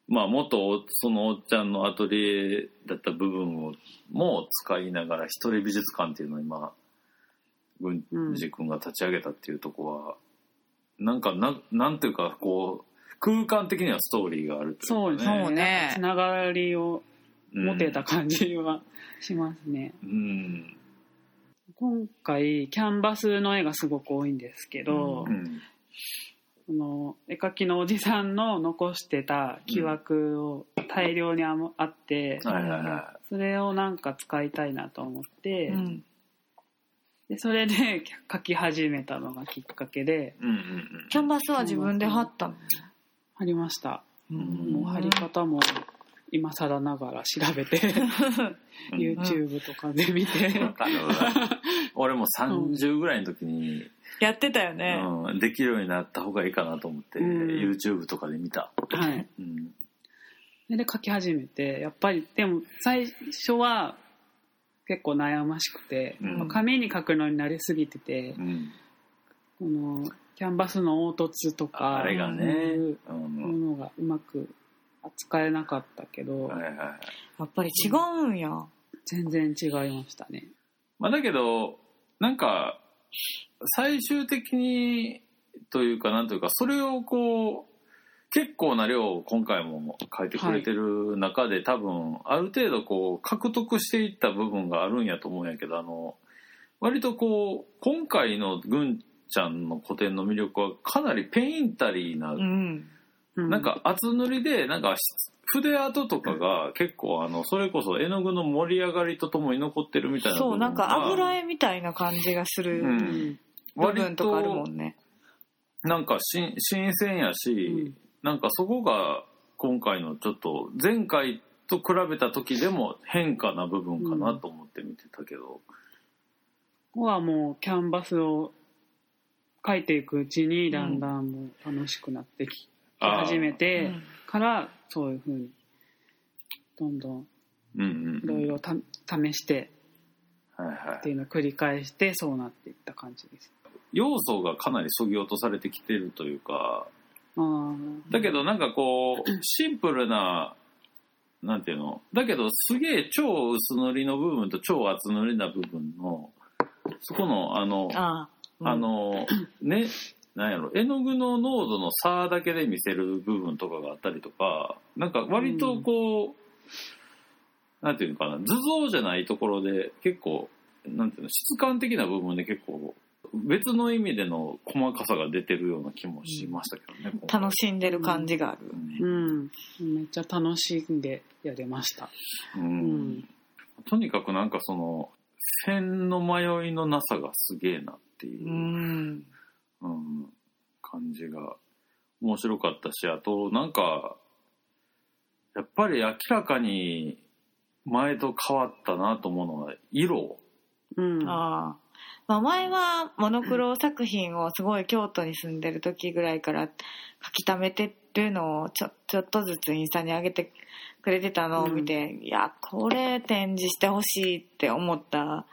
Speaker 2: まあ元おそのおっちゃんのアトリエだった部分をも使いながら一人美術館っていうのを今郡司君が立ち上げたっていうとこは、なんかななんていうかこう空間的にはストーリーがあると
Speaker 3: そ
Speaker 2: いうう
Speaker 3: で
Speaker 2: か
Speaker 3: すね
Speaker 1: そうね
Speaker 3: なんかつながりを
Speaker 2: うん
Speaker 3: 持てた感じはしますね、
Speaker 2: うん
Speaker 3: 今回キャンバスの絵がすごく多いんですけど、
Speaker 2: うん
Speaker 3: その絵描きのおじさんの残してた木枠を大量にあもあって、
Speaker 2: はいはいは
Speaker 3: それをなんか使いたいなと思って、
Speaker 1: うん
Speaker 3: でそれで 描き始めたのがきっかけで
Speaker 2: いうんうん
Speaker 1: キャンバスは自分で貼ったの
Speaker 3: 貼りました、
Speaker 1: うん
Speaker 3: もう貼り方も今更ながら調べ て
Speaker 2: うん
Speaker 3: YouTube とかで見て、
Speaker 2: わかるわ俺も30ぐらいの時に、
Speaker 1: やってたよね、
Speaker 2: うん、できるようになった方がいいかなと思って、
Speaker 3: うん
Speaker 2: YouTube とかで見た、
Speaker 3: はい
Speaker 2: うん
Speaker 3: それで書き始めてやっぱりでも最初は結構悩ましくて、
Speaker 2: うん
Speaker 3: まあ紙に書くのに慣れすぎてて
Speaker 2: う、ん、
Speaker 3: このキャンバスの凹凸とか
Speaker 2: あれがね、う
Speaker 3: そうい
Speaker 2: ん
Speaker 3: うものがうまく扱えなかったけど、
Speaker 2: はいはいはい
Speaker 1: やっぱり違うんや、
Speaker 3: 全然違いましたね。
Speaker 2: まあ、だけどなんか最終的にというかなんというかそれをこう結構な量を今回も書いてくれてる中で、多分ある程度こう獲得していった部分があるんやと思うんやけどあの割とこう今回の郡ちゃんの古典の魅力はかなりペインタリーな、
Speaker 1: うん
Speaker 3: う
Speaker 2: なんか厚塗りでなんか筆跡とかが結構あのそれこそ絵の具の盛り上がりとともに残ってるみたいな部
Speaker 1: そう
Speaker 2: 分
Speaker 1: なん
Speaker 2: が
Speaker 1: か油絵みたいな感じがす
Speaker 2: う
Speaker 1: る
Speaker 3: うんん
Speaker 1: 部分とかあるも
Speaker 2: 割
Speaker 1: んね、
Speaker 2: となんかし新鮮やし、
Speaker 3: うん
Speaker 2: なんかそこが今回のちょっと前回と比べた時でも変化な部分かなと思って見てたけど、
Speaker 3: ここはもうキャンバスを描いていくうちにだんだんもう楽しくなってき
Speaker 2: あー
Speaker 3: 始め
Speaker 1: う
Speaker 3: て
Speaker 1: ん
Speaker 3: からそういうふうにどんどん
Speaker 2: うん
Speaker 3: い
Speaker 2: うん
Speaker 3: ろいろた試して
Speaker 2: はいは
Speaker 3: って
Speaker 2: い、
Speaker 3: いうのを繰り返してそうなっていった感じです。
Speaker 2: 要素がかなりそぎ落とされてきてるというか
Speaker 3: あー
Speaker 2: だけどなんかこうシンプルななんていうのだけどすげえ超薄塗りの部分と超厚塗りな部分のそこのあの
Speaker 1: ああ、
Speaker 2: あの、ね、なんやろ、絵の具の濃度の差だけで見せる部分とかがあったりとか、なんか割とこう、なんていうのかな、図像じゃないところで結構、なんていうの、質感的な部分で結構、別の意味での細かさが出てるような気もしましたけどね。今回
Speaker 1: 楽しんでる感じがある、
Speaker 3: うん、めっちゃ楽しんでやれました。
Speaker 2: うん
Speaker 3: う
Speaker 2: うん
Speaker 3: ん、
Speaker 2: とにかくなんかその、線の迷いのなさがすげえなっていう。
Speaker 1: うん
Speaker 2: うん、感じが面白かったしあとなんかやっぱり明らかに前と変わったなと思うのは色
Speaker 3: うん、
Speaker 1: ああまあ、前はモノクロ作品をすごい京都に住んでる時ぐらいから書き溜めてるのをちょちょっとずつインスタに上げてくれてたのを見て、いやこれ展示してほしいって思った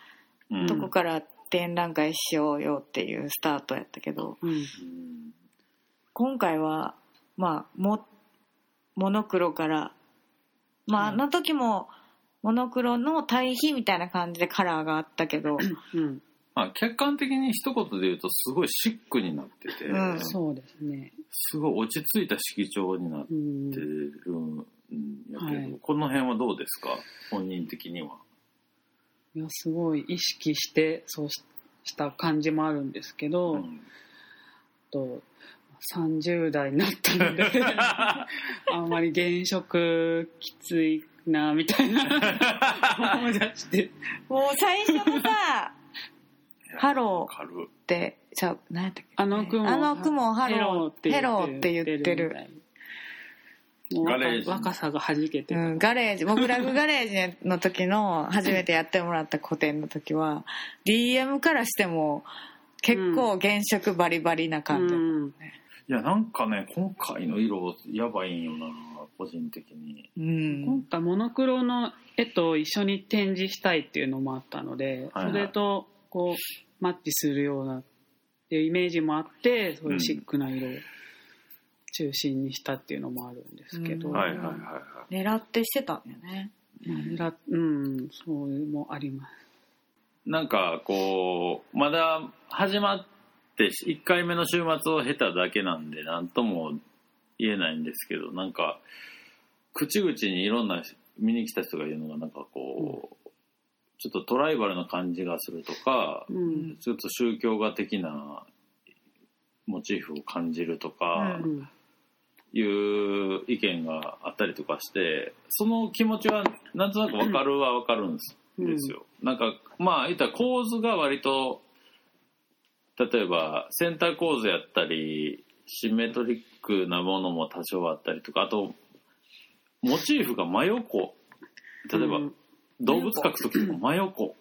Speaker 2: うん
Speaker 1: とこから展覧会しようよっていうスタートやったけど
Speaker 3: うん、
Speaker 2: うん
Speaker 1: 今回はまあもモノクロからまああ
Speaker 3: うん
Speaker 1: の時もモノクロの対比みたいな感じでカラーがあったけど、
Speaker 3: うん、
Speaker 2: まあ、客観的に一言で言うとすごいシックになってて、
Speaker 1: うん
Speaker 3: そうですね。
Speaker 2: すごい落ち着いた色調になっ
Speaker 3: うん
Speaker 2: て、るんやけど、
Speaker 3: はい
Speaker 2: この辺はどうですか本人的には。
Speaker 3: いやすごい意識してそうしした感じもあるんですけど、
Speaker 2: うん、
Speaker 3: と30代になったのであんまり現職きついなみたいな思い出して
Speaker 1: もう最初のさハローっ
Speaker 2: 軽
Speaker 1: て、じゃあ、何やったっけ
Speaker 3: あの雲
Speaker 1: あの雲をハロー、
Speaker 3: ヘ
Speaker 1: ヘロ
Speaker 3: ロ
Speaker 1: ー
Speaker 3: ー
Speaker 1: っ
Speaker 3: ってて
Speaker 1: 言
Speaker 3: 言
Speaker 1: っ
Speaker 3: ってて
Speaker 1: る
Speaker 3: る。もう
Speaker 2: ガレー
Speaker 3: 若
Speaker 2: ジ
Speaker 3: 若さがはじけて
Speaker 1: う
Speaker 3: た、
Speaker 1: ん、ガレージ、僕ラグガレージの時の、初めてやってもらった個展の時は、DM からしても、結構原色バリバリな感じ。
Speaker 3: うん
Speaker 2: いや、なんかね、今回の色、やばいんよな、個人的に。
Speaker 1: うん。
Speaker 3: 今回モノクロの絵と一緒に展示したいっていうのもあったので、
Speaker 2: はいはい
Speaker 3: それとこうマッチするようなっていうイメージもあってそういうシックな色を中心にしたっていうのもあるんですけど、
Speaker 1: うん
Speaker 2: はいはいはいは
Speaker 1: 狙ってしてたんだよね。
Speaker 3: まあらうん、そうもあります。
Speaker 2: い。なんか、こう、まだ始まって、1回目の週末を経ただけなんで、なんとも言えないんですけど、なんか、口々にいろんな見に来た人が言うのが、なんかこう、ちょっとトライバルな感じがするとか、
Speaker 3: うん、
Speaker 2: ちょっと宗教画的なモチーフを感じるとか、
Speaker 1: うん
Speaker 3: うん、
Speaker 2: いう意見があったりとかしてその気持ちはなんとなくわかるはわかるんです,、
Speaker 3: うん
Speaker 2: よ。なんかまあ言ったら構図が割と例えばセンター構図やったりシンメトリックなものも多少あったりとかあとモチーフが真横例えば
Speaker 3: うん
Speaker 2: 動物描く時も真横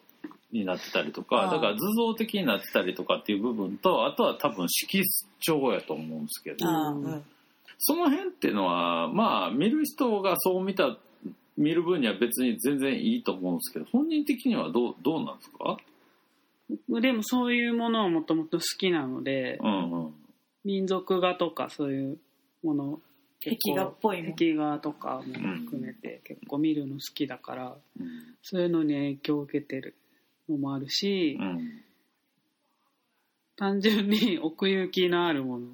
Speaker 2: になってたりとか
Speaker 1: ああ
Speaker 2: だから図像的になってたりとかっていう部分とあとは多分色調やと思うんですけど。
Speaker 1: ああ、
Speaker 3: うん
Speaker 1: うん
Speaker 2: その辺っていうのはまあ見る人がそう見た見る分には別に全然いいと思うんですけど本人的にはどうどうなんですか、
Speaker 3: でもそういうものをもともと好きなので、
Speaker 2: うんうん、
Speaker 3: 民族画とかそういうもの結構
Speaker 1: 壁画っぽいもん
Speaker 3: 壁画とかも含めて結構見るの好きだから、
Speaker 2: うん
Speaker 3: そういうのに影響を受けてるのもあるし、
Speaker 2: うん
Speaker 3: 単純に奥行きのあるもの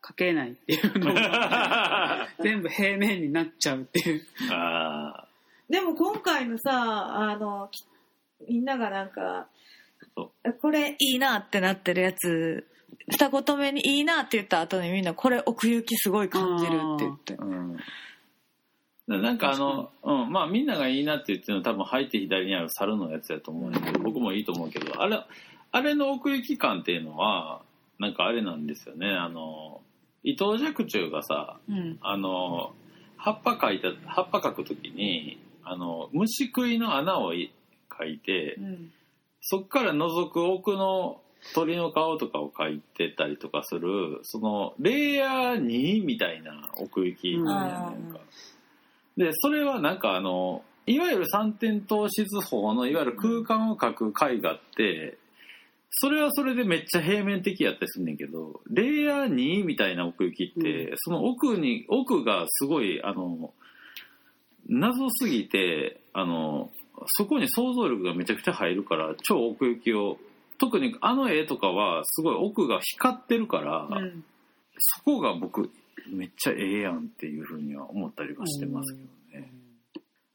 Speaker 3: 描けないっていうのが全部平面になっちゃうっていう。
Speaker 2: あ
Speaker 1: でも今回のさ、あの、きみんながなんか
Speaker 2: そ、
Speaker 1: これいいなってなってるやつ、二言目にいいなって言った後にみんなこれ奥行きすごい感じるって言って
Speaker 2: ー、。うん、なんかあの、うん、まあみんながいいなって言ってるのは多分入って左にある猿のやつやと思うんだけど僕もいいと思うけどあれあれの奥行き感っていうのはなんかあれなんですよねあの伊藤若冲がさ
Speaker 1: うん。
Speaker 2: あの葉っぱ描いた葉っぱ描くときにあの虫食いの穴をい描いて
Speaker 1: うん。
Speaker 2: そっから覗く奥の鳥の顔とかを描いてたりとかするそのレイヤー2みたいな奥行きなんやねんかでそれはなんかあのいわゆる三点透視図法のいわゆる空間を描く絵画ってそれはそれでめっちゃ平面的やったりすんねんけどレイヤー2みたいな奥行きって、その奥に奥がすごいあの謎すぎてあのそこに想像力がめちゃくちゃ入るから超奥行きを特にあの絵とかはすごい奥が光ってるから、
Speaker 1: うん。
Speaker 2: そこが僕めっちゃええやんっていうふうには思ったりはしてますけどね。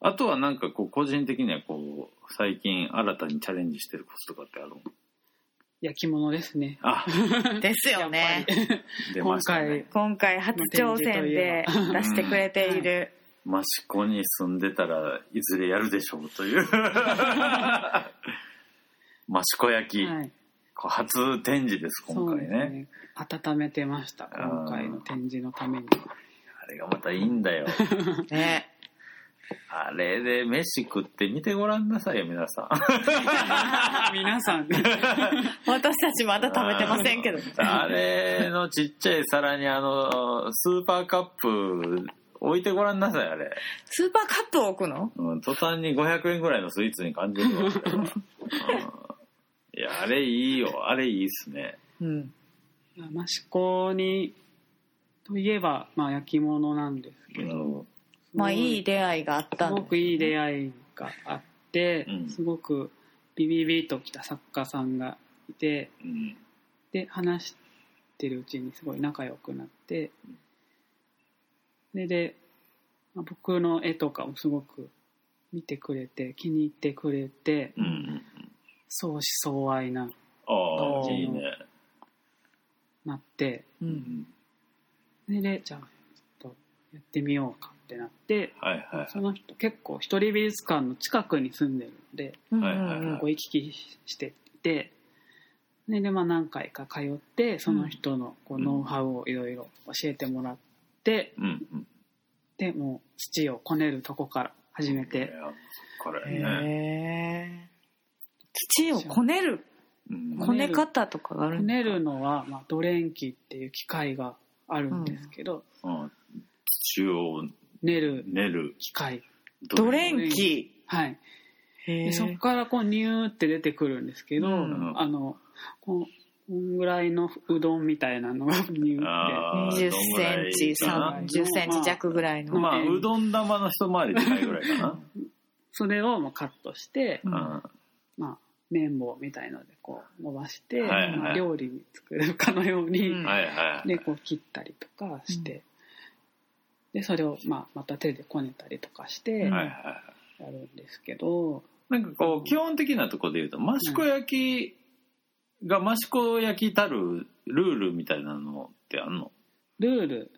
Speaker 2: あとはなんかこう個人的にはこう最近新たにチャレンジしてることとかってあるの
Speaker 3: 焼き物ですね。
Speaker 2: あ
Speaker 1: ですよね。
Speaker 3: やっぱり
Speaker 2: 出ましたね。
Speaker 1: 今回初挑戦で出してくれている。
Speaker 2: 益子に住んでたらいずれやるでしょうという 益子焼き、
Speaker 3: はい、
Speaker 2: こう初展示です今
Speaker 3: そう
Speaker 2: 回
Speaker 3: です
Speaker 2: ね
Speaker 3: ね。温めてました。
Speaker 2: あー
Speaker 3: 今回の展示のために。
Speaker 2: あれがまたいいんだよ
Speaker 1: ね。
Speaker 2: あれで飯食って見てごらんなさいよ皆さん
Speaker 3: 皆さん、
Speaker 1: 私たちまだ 食べてませんけど。
Speaker 2: あれのちっちゃい皿にあのスーパーカップ置いてごらんなさいあれ
Speaker 1: スーパーカップを置くの
Speaker 2: うん、途端に500円ぐらいのスイーツに感じるわ、それはうん、いや、あれいいよ。あれいいっすね。
Speaker 1: うん。
Speaker 3: 益子にといえば、まあ、焼き物なんですけど、
Speaker 2: うん
Speaker 1: まあいい出会いがあっ
Speaker 3: す
Speaker 1: たん
Speaker 3: ご
Speaker 1: で
Speaker 3: くいい出会いがあって、
Speaker 2: うん
Speaker 3: すごくビビビッと来た作家さんがいて
Speaker 2: うん
Speaker 3: で話してるうちにすごい仲良くなってそれで、まあ僕の絵とかもすごく見てくれて気に入ってくれて
Speaker 2: うんうん。
Speaker 3: 相思相愛な
Speaker 2: あ
Speaker 1: あ
Speaker 2: あ、
Speaker 1: ー
Speaker 2: いいね。
Speaker 3: なって
Speaker 1: う。
Speaker 2: うんん、
Speaker 3: それでじゃあちょっとやってみようかってなって
Speaker 2: はいはい。
Speaker 3: その人結構一人美術館の近くに住んでるので
Speaker 1: うん
Speaker 2: はいはいはい
Speaker 3: こう行き来しててでで、まあ、何回か通ってその人のこう
Speaker 2: うん
Speaker 3: ノウハウをいろいろ教えてもらって、
Speaker 2: うんうん。
Speaker 3: でもう土をこねるとこから始
Speaker 2: い
Speaker 3: め
Speaker 2: や
Speaker 3: て、
Speaker 2: これ
Speaker 1: へえ
Speaker 2: ね、
Speaker 1: 土をこねる
Speaker 2: うん
Speaker 1: こね方とかがある
Speaker 3: こねるのは、まあ、ドレンキっていう機械があるんですけど、
Speaker 2: うん土を
Speaker 3: 練る
Speaker 2: 練る
Speaker 3: 機械
Speaker 1: ドレ
Speaker 2: ン
Speaker 1: ンキ
Speaker 3: はい
Speaker 1: へ
Speaker 3: でそこからこうニューって出てくるんですけど、
Speaker 1: うん
Speaker 3: あのこうこんぐらいのうどんみたいなのがニューっ
Speaker 2: あー
Speaker 1: 20
Speaker 2: どんぐら
Speaker 1: セン
Speaker 2: い
Speaker 1: チ
Speaker 2: かな
Speaker 1: 30センチ弱ぐらいの、
Speaker 3: ま
Speaker 2: まあうどん玉の一回りでかいぐらい か
Speaker 3: てそれをもうカットして、
Speaker 2: な、
Speaker 3: まあ、麺棒みたいのでこう伸ばして、
Speaker 2: はいはい
Speaker 3: まあ、料理に作るかのように、
Speaker 1: うん
Speaker 2: うん、はいはい
Speaker 3: でこう切ったりとかして、でそれを、まあ、また手でこねたりとかして
Speaker 2: は
Speaker 3: や
Speaker 2: いはい
Speaker 3: るんですけど、
Speaker 2: なんかこう基本的なところで言うと益子焼きが益子焼きたるルールみたいなのってあんの
Speaker 3: ルール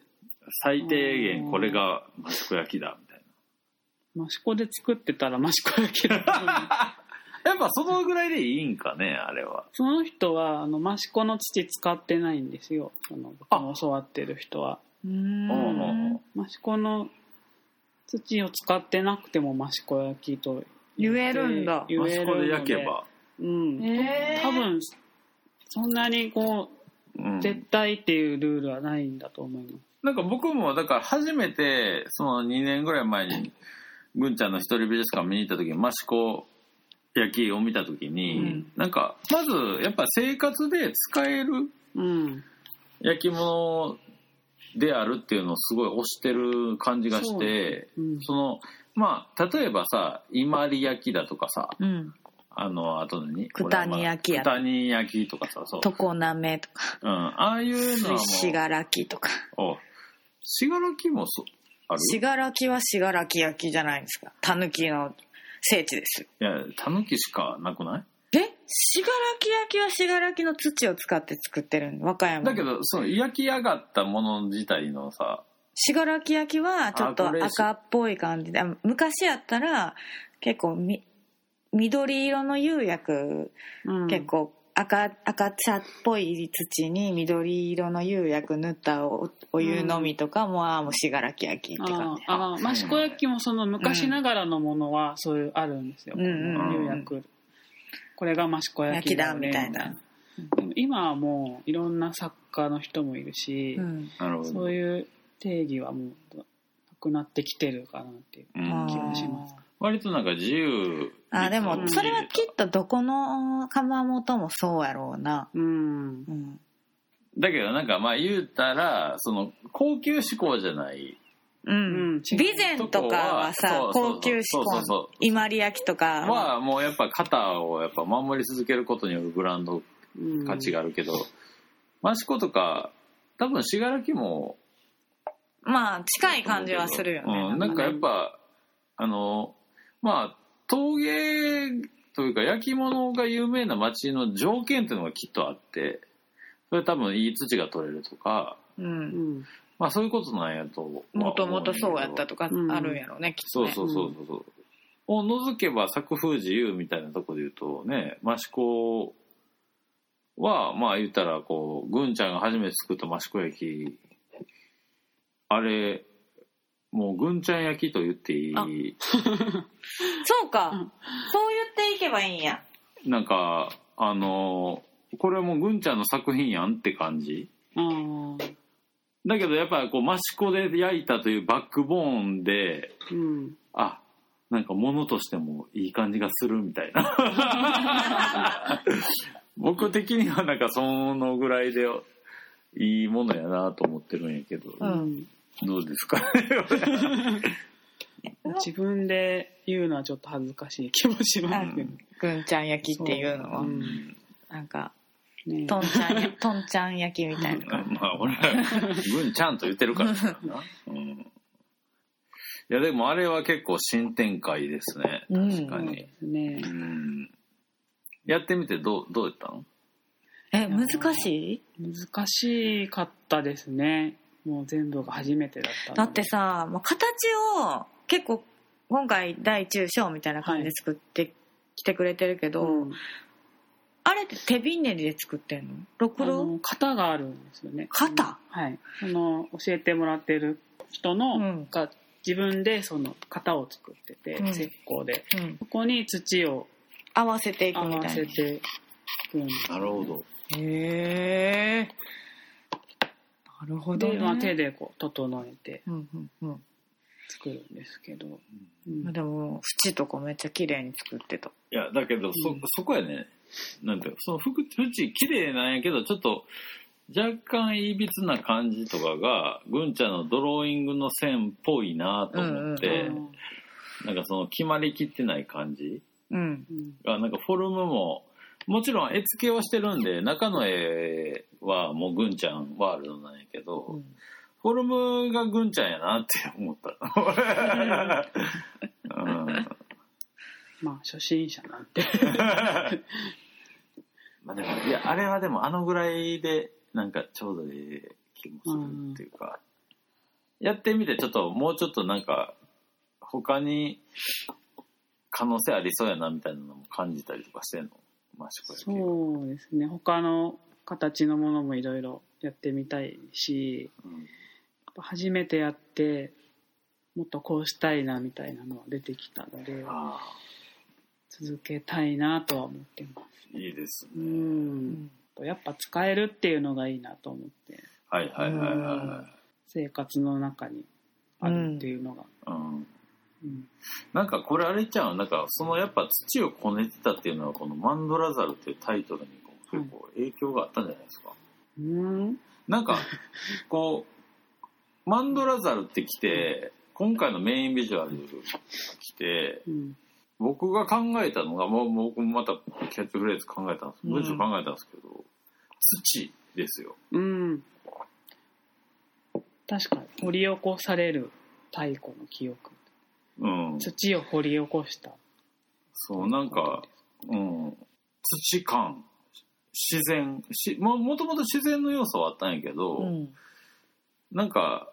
Speaker 2: 最低限これが益子焼きだみたい
Speaker 3: 益子で作ってたら益子焼きだったのに
Speaker 2: な やっぱそのぐらいでいいんかねあれは
Speaker 3: その人はあの益子の土使ってないんですよその僕
Speaker 2: あ
Speaker 3: の教わってる人は
Speaker 1: う
Speaker 2: うんんうんうん
Speaker 3: 益子の土を使ってなくても益子焼きと
Speaker 1: 言えるんだ
Speaker 3: 言え
Speaker 2: 益
Speaker 3: る
Speaker 2: 子
Speaker 3: の
Speaker 2: で焼けば、
Speaker 3: うん、
Speaker 1: へー
Speaker 3: 多分そんなにこ
Speaker 2: うん
Speaker 3: う絶対っていうルールはないんだと思います、
Speaker 2: なんか僕もだから初めてその2年ぐらい前にぐんちゃんの一人美術館見に行った時に益子焼きを見た時に、
Speaker 3: うん
Speaker 2: なんかまずやっぱ生活で使える
Speaker 3: うん、
Speaker 2: 焼き物であるっていうのをすごい推してる感じが
Speaker 3: そ
Speaker 2: し
Speaker 3: うなん
Speaker 2: て
Speaker 3: うん
Speaker 2: そ,、のまあ例えばさ伊万里焼きだとかさ
Speaker 1: うん
Speaker 2: あのあと何
Speaker 1: 九谷焼きや
Speaker 2: これはまあ九谷焼きとかさそう、
Speaker 1: 常滑とか
Speaker 2: うん、ああいうのはもう
Speaker 1: 信楽とか
Speaker 2: お信楽もそうある
Speaker 1: 信楽は信楽焼きじゃないですかたぬきの聖地ですよ
Speaker 2: いや、タヌキしかなくな
Speaker 1: え信楽焼きは信楽の土を使って作ってるん和歌
Speaker 2: い
Speaker 1: 山
Speaker 2: だけど、その焼き上がったもの自体のさ、
Speaker 1: 信楽焼きはちょっと
Speaker 2: あこれ
Speaker 1: 赤っぽい感じであ昔やったら結構み緑色の釉薬、
Speaker 3: うん
Speaker 1: 結構赤赤茶っぽい土に緑色の釉薬塗ったおお湯のみとかも、ああもう信楽焼きって感
Speaker 3: あ
Speaker 1: じ
Speaker 3: ーあー益子焼きもその昔ながらのものはそういうあるんですよ、
Speaker 1: うんうん
Speaker 2: うん
Speaker 3: 釉薬これが益子焼きよね
Speaker 1: 焼きだみたいな
Speaker 3: でも今はもういろんな作家の人もいるし
Speaker 1: う、ん
Speaker 2: なるほど。
Speaker 3: そ
Speaker 2: う、
Speaker 3: ういう定義はもうなくなってきてるかなっていうん
Speaker 1: あ、
Speaker 3: 気
Speaker 1: ー
Speaker 3: がします
Speaker 2: 割となんか自由。
Speaker 1: あでも
Speaker 3: うん
Speaker 1: それはきっとどこの窯元もそうやろうな、
Speaker 3: うん
Speaker 1: うん、
Speaker 2: だけどなんかまあ言うたら、その高級志向じゃない。
Speaker 1: うん、
Speaker 3: 違う
Speaker 1: 備前とかはさ
Speaker 2: とこは
Speaker 1: 高級志
Speaker 2: そうそうそ
Speaker 1: 向
Speaker 2: う
Speaker 1: 伊万里焼きとか
Speaker 2: はもうやっぱ肩をやっぱ守り続けることによるブランド
Speaker 3: うん
Speaker 2: 価値があるけど、益子とか、多分信楽も
Speaker 1: まあ近い感じはするよね。
Speaker 2: うん、なんかやっぱあのまあ陶芸というか焼き物が有名な町の条件っていうのがきっとあってそれは多分いい土が取れるとか、
Speaker 1: う。
Speaker 3: うんん
Speaker 2: まあ、そういうことなんやとは思うんや
Speaker 1: も
Speaker 2: けど
Speaker 1: ともとそうやったとか
Speaker 3: うん
Speaker 1: あるんやろうね、きっと
Speaker 2: そう
Speaker 1: ね。
Speaker 2: そうそうそうそうを除けば作風自由みたいなとこで言うとね益子はまあ言ったらこうぐんちゃんが初めて作った益子焼きあれもうぐんちゃん焼きと言ってい
Speaker 1: あ
Speaker 2: い
Speaker 1: そうか、
Speaker 3: う
Speaker 1: そ
Speaker 3: ん
Speaker 1: う言っていけばいいんや。
Speaker 2: なんかあのこれはもうぐんちゃんの作品やんって感じ
Speaker 3: あー
Speaker 2: だけどやっぱりこう益子で焼いたというバックボーンで
Speaker 3: うん
Speaker 2: あなんか物としてもいい感じがするみたいな 僕的にはなんかそのぐらいでいいものやなと思ってるんやけど、
Speaker 1: うん
Speaker 2: どうですか
Speaker 3: 自分で言うのはちょっと恥ずかしい気もしますけど、
Speaker 1: ぐんちゃん焼きっていうのは、
Speaker 3: うん
Speaker 1: なんか、
Speaker 3: ね
Speaker 1: とんちゃんや、とんちゃん焼きみたいな感
Speaker 2: まあ俺ら文ちゃんと言ってるからな、うん、いやでもあれは結構新展開ですね
Speaker 1: うん
Speaker 2: 確か
Speaker 3: そう
Speaker 2: に、
Speaker 3: ですね
Speaker 2: うんやってみてどうどうやったの
Speaker 1: じ。え、難しい
Speaker 3: 難しかったですねもう全部が初めてだったので
Speaker 1: だってさ、もう形を結構今回大中小みたいな感じで作ってきてくれてるけど、
Speaker 3: うん
Speaker 1: あれって手びねりで作ってんのろく
Speaker 3: あ
Speaker 1: ろ
Speaker 3: の型があるんですよね
Speaker 1: 型
Speaker 3: はいあの教えてもらってる人の、
Speaker 1: うん
Speaker 3: が自分でその型を作ってて、
Speaker 1: うん
Speaker 3: 石膏で
Speaker 1: うん、
Speaker 3: そこに土を
Speaker 1: 合わせていく
Speaker 3: 合
Speaker 1: み
Speaker 3: わ
Speaker 1: たい
Speaker 3: せ
Speaker 1: な
Speaker 3: ていくんです
Speaker 2: なるほど。
Speaker 1: へえなるほど、
Speaker 3: で、
Speaker 1: ね
Speaker 3: まあ、手でこう整えて
Speaker 1: うんうんうん
Speaker 3: 作るんですけど、う
Speaker 1: まあ
Speaker 3: ん、
Speaker 1: でも縁とかめっちゃ綺麗に作ってた
Speaker 2: いや、だけど、そ
Speaker 3: うん、
Speaker 2: そこやね。なんていうかその服、縁綺麗なんやけど、ちょっと、若干いびつな感じとかが、ぐんちゃんのドローイングの線っぽいなと思って、
Speaker 1: で
Speaker 3: うん
Speaker 2: なんかその決まりきってない感じ
Speaker 1: うん
Speaker 3: うん
Speaker 2: が、なんかフォルムも、もちろん絵付けをしてるんで、中の絵はもうぐんちゃんワールドなんやけど、
Speaker 1: うん
Speaker 2: フォルムがぐんちゃんやなって思った。うん
Speaker 3: まあ初心者なんて
Speaker 2: まあでも、いや、あれはでもあのぐらいで、なんかちょうどいい気もするっていうか、やってみてちょっと、もうちょっとなんか、他に可能性ありそうやなみたいなのも感じたりとかしてんのマシコ焼きは
Speaker 3: そうですね他の形のものもいろいろやってみたいし
Speaker 2: うん
Speaker 3: やっぱ初めてやってもっとこうしたいなみたいなのは出てきたので
Speaker 2: あ
Speaker 3: 続けたいなとは思ってます
Speaker 2: あ、いいです
Speaker 3: う
Speaker 2: ね。
Speaker 1: うんん
Speaker 3: やっぱ使えるっていうのがいいなと思って
Speaker 2: はいはいはいは
Speaker 3: 生活の中にあるっていうのが、
Speaker 2: い。うん
Speaker 3: うん
Speaker 2: なんかこれあれちゃうなんかそのやっぱ土をこねてたっていうのはこの「マンドラザル」っていうタイトルにこう結構影響があったんじゃないですか、
Speaker 3: うん
Speaker 2: なんかこう「マンドラザル」って来て今回のメインビジュアルが来て
Speaker 3: うん
Speaker 2: 僕が考えたのがもうもう僕もまたキャッチフレーズ考えたんです
Speaker 3: うん
Speaker 2: 文章考えたんですけど、土ですよ
Speaker 3: うん、確かに掘り起こされる太古の記憶
Speaker 2: うん
Speaker 3: 土を掘り起こした
Speaker 2: そうなんかうん、土感自然しももともと自然の要素はあったんやけど、
Speaker 1: うん
Speaker 2: なんか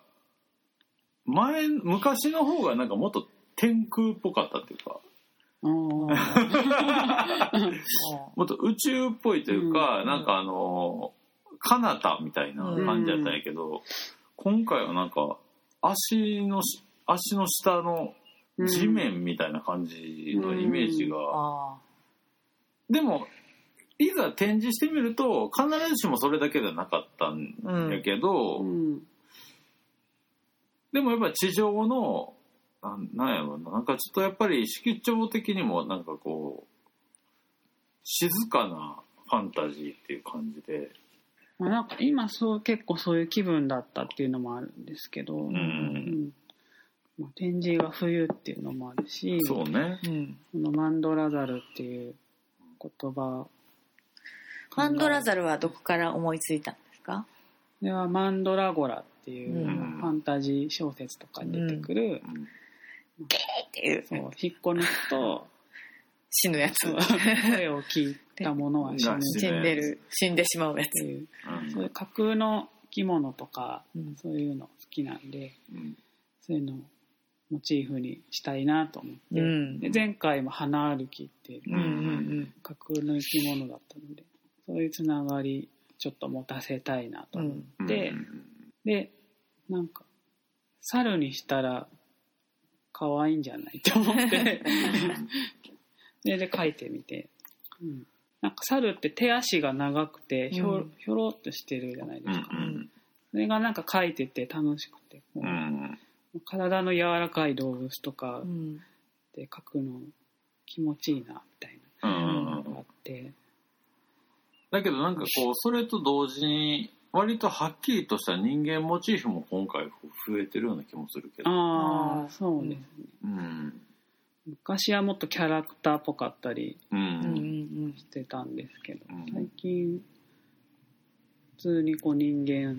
Speaker 2: 前昔の方がなんかもっと天空っぽかったっていうか
Speaker 3: あー
Speaker 2: もっと宇宙っぽいというか、
Speaker 3: うん
Speaker 2: なんかあの彼方みたいな感じだったんやけど、今回はなんか足のし足の下の
Speaker 3: うん
Speaker 2: 地面みたいな感じのイメージが、
Speaker 1: あ
Speaker 2: でもいざ展示してみると必ずしもそれだけじゃなかったんやけど、
Speaker 3: うん
Speaker 2: でもやっぱ地上のなんなんやろななんかちょっとやっぱり色調的にもなんかこう静かなファンタジーっていう感じで、
Speaker 3: まあ、なんか今そう結構そういう気分だったっていうのもあるんですけど、
Speaker 2: う、
Speaker 3: うんんまあ、展示は冬っていうのもあるし
Speaker 2: そうね
Speaker 1: ーうん
Speaker 3: このマンドラザルっていう言葉
Speaker 1: マンドラ
Speaker 3: ル
Speaker 1: ザルはどこから思いついたんですか
Speaker 3: ではマンドラゴラっていう、
Speaker 1: うん
Speaker 3: ファンタジー小説とかに出てくる、
Speaker 2: うん
Speaker 1: っていう
Speaker 3: そう引っこ抜く と
Speaker 1: 死ぬやつ
Speaker 3: そう声を聞いたものは死ぬ
Speaker 1: 死んでる死んでしまうや
Speaker 3: って
Speaker 1: つ
Speaker 3: いう
Speaker 2: うん
Speaker 3: そういう架空の生き物とか
Speaker 1: うん
Speaker 3: そういうの好きなんで
Speaker 2: うん
Speaker 3: そういうのをモチーフにしたいなと思っ
Speaker 1: う
Speaker 3: て、
Speaker 1: ん
Speaker 3: で前回も花歩きっていう
Speaker 1: うんうん
Speaker 3: 架空の生き物だったのでそういうつながりちょっと持たせたいなと
Speaker 1: うんう
Speaker 3: 思って、
Speaker 1: ん
Speaker 3: ででなんか猿にしたら可愛いんじゃないと思って でで描いてみて、うん、なんか猿って手足が長くてひょ,、
Speaker 1: うん
Speaker 3: ひょろっとしてるじゃないで
Speaker 2: う
Speaker 3: す
Speaker 2: ん
Speaker 3: か、それがなんか描いてて楽しくてこ
Speaker 2: うんう
Speaker 3: うん体の柔らかい動物とか
Speaker 1: うん
Speaker 3: で描くの気持ちいいなみたい
Speaker 2: うんう
Speaker 3: なんのがあって、
Speaker 2: だけどなんかこうそれと同時に割とはっきりとした人間モチーフも今回増えてるような気もするけど、
Speaker 3: あ
Speaker 1: あー
Speaker 3: あそうですね、
Speaker 2: うん
Speaker 3: 昔はもっとキャラクターっぽかったり
Speaker 2: うん
Speaker 1: うんうん
Speaker 3: してたんですけど、
Speaker 2: うん
Speaker 3: 最近普通にこう人間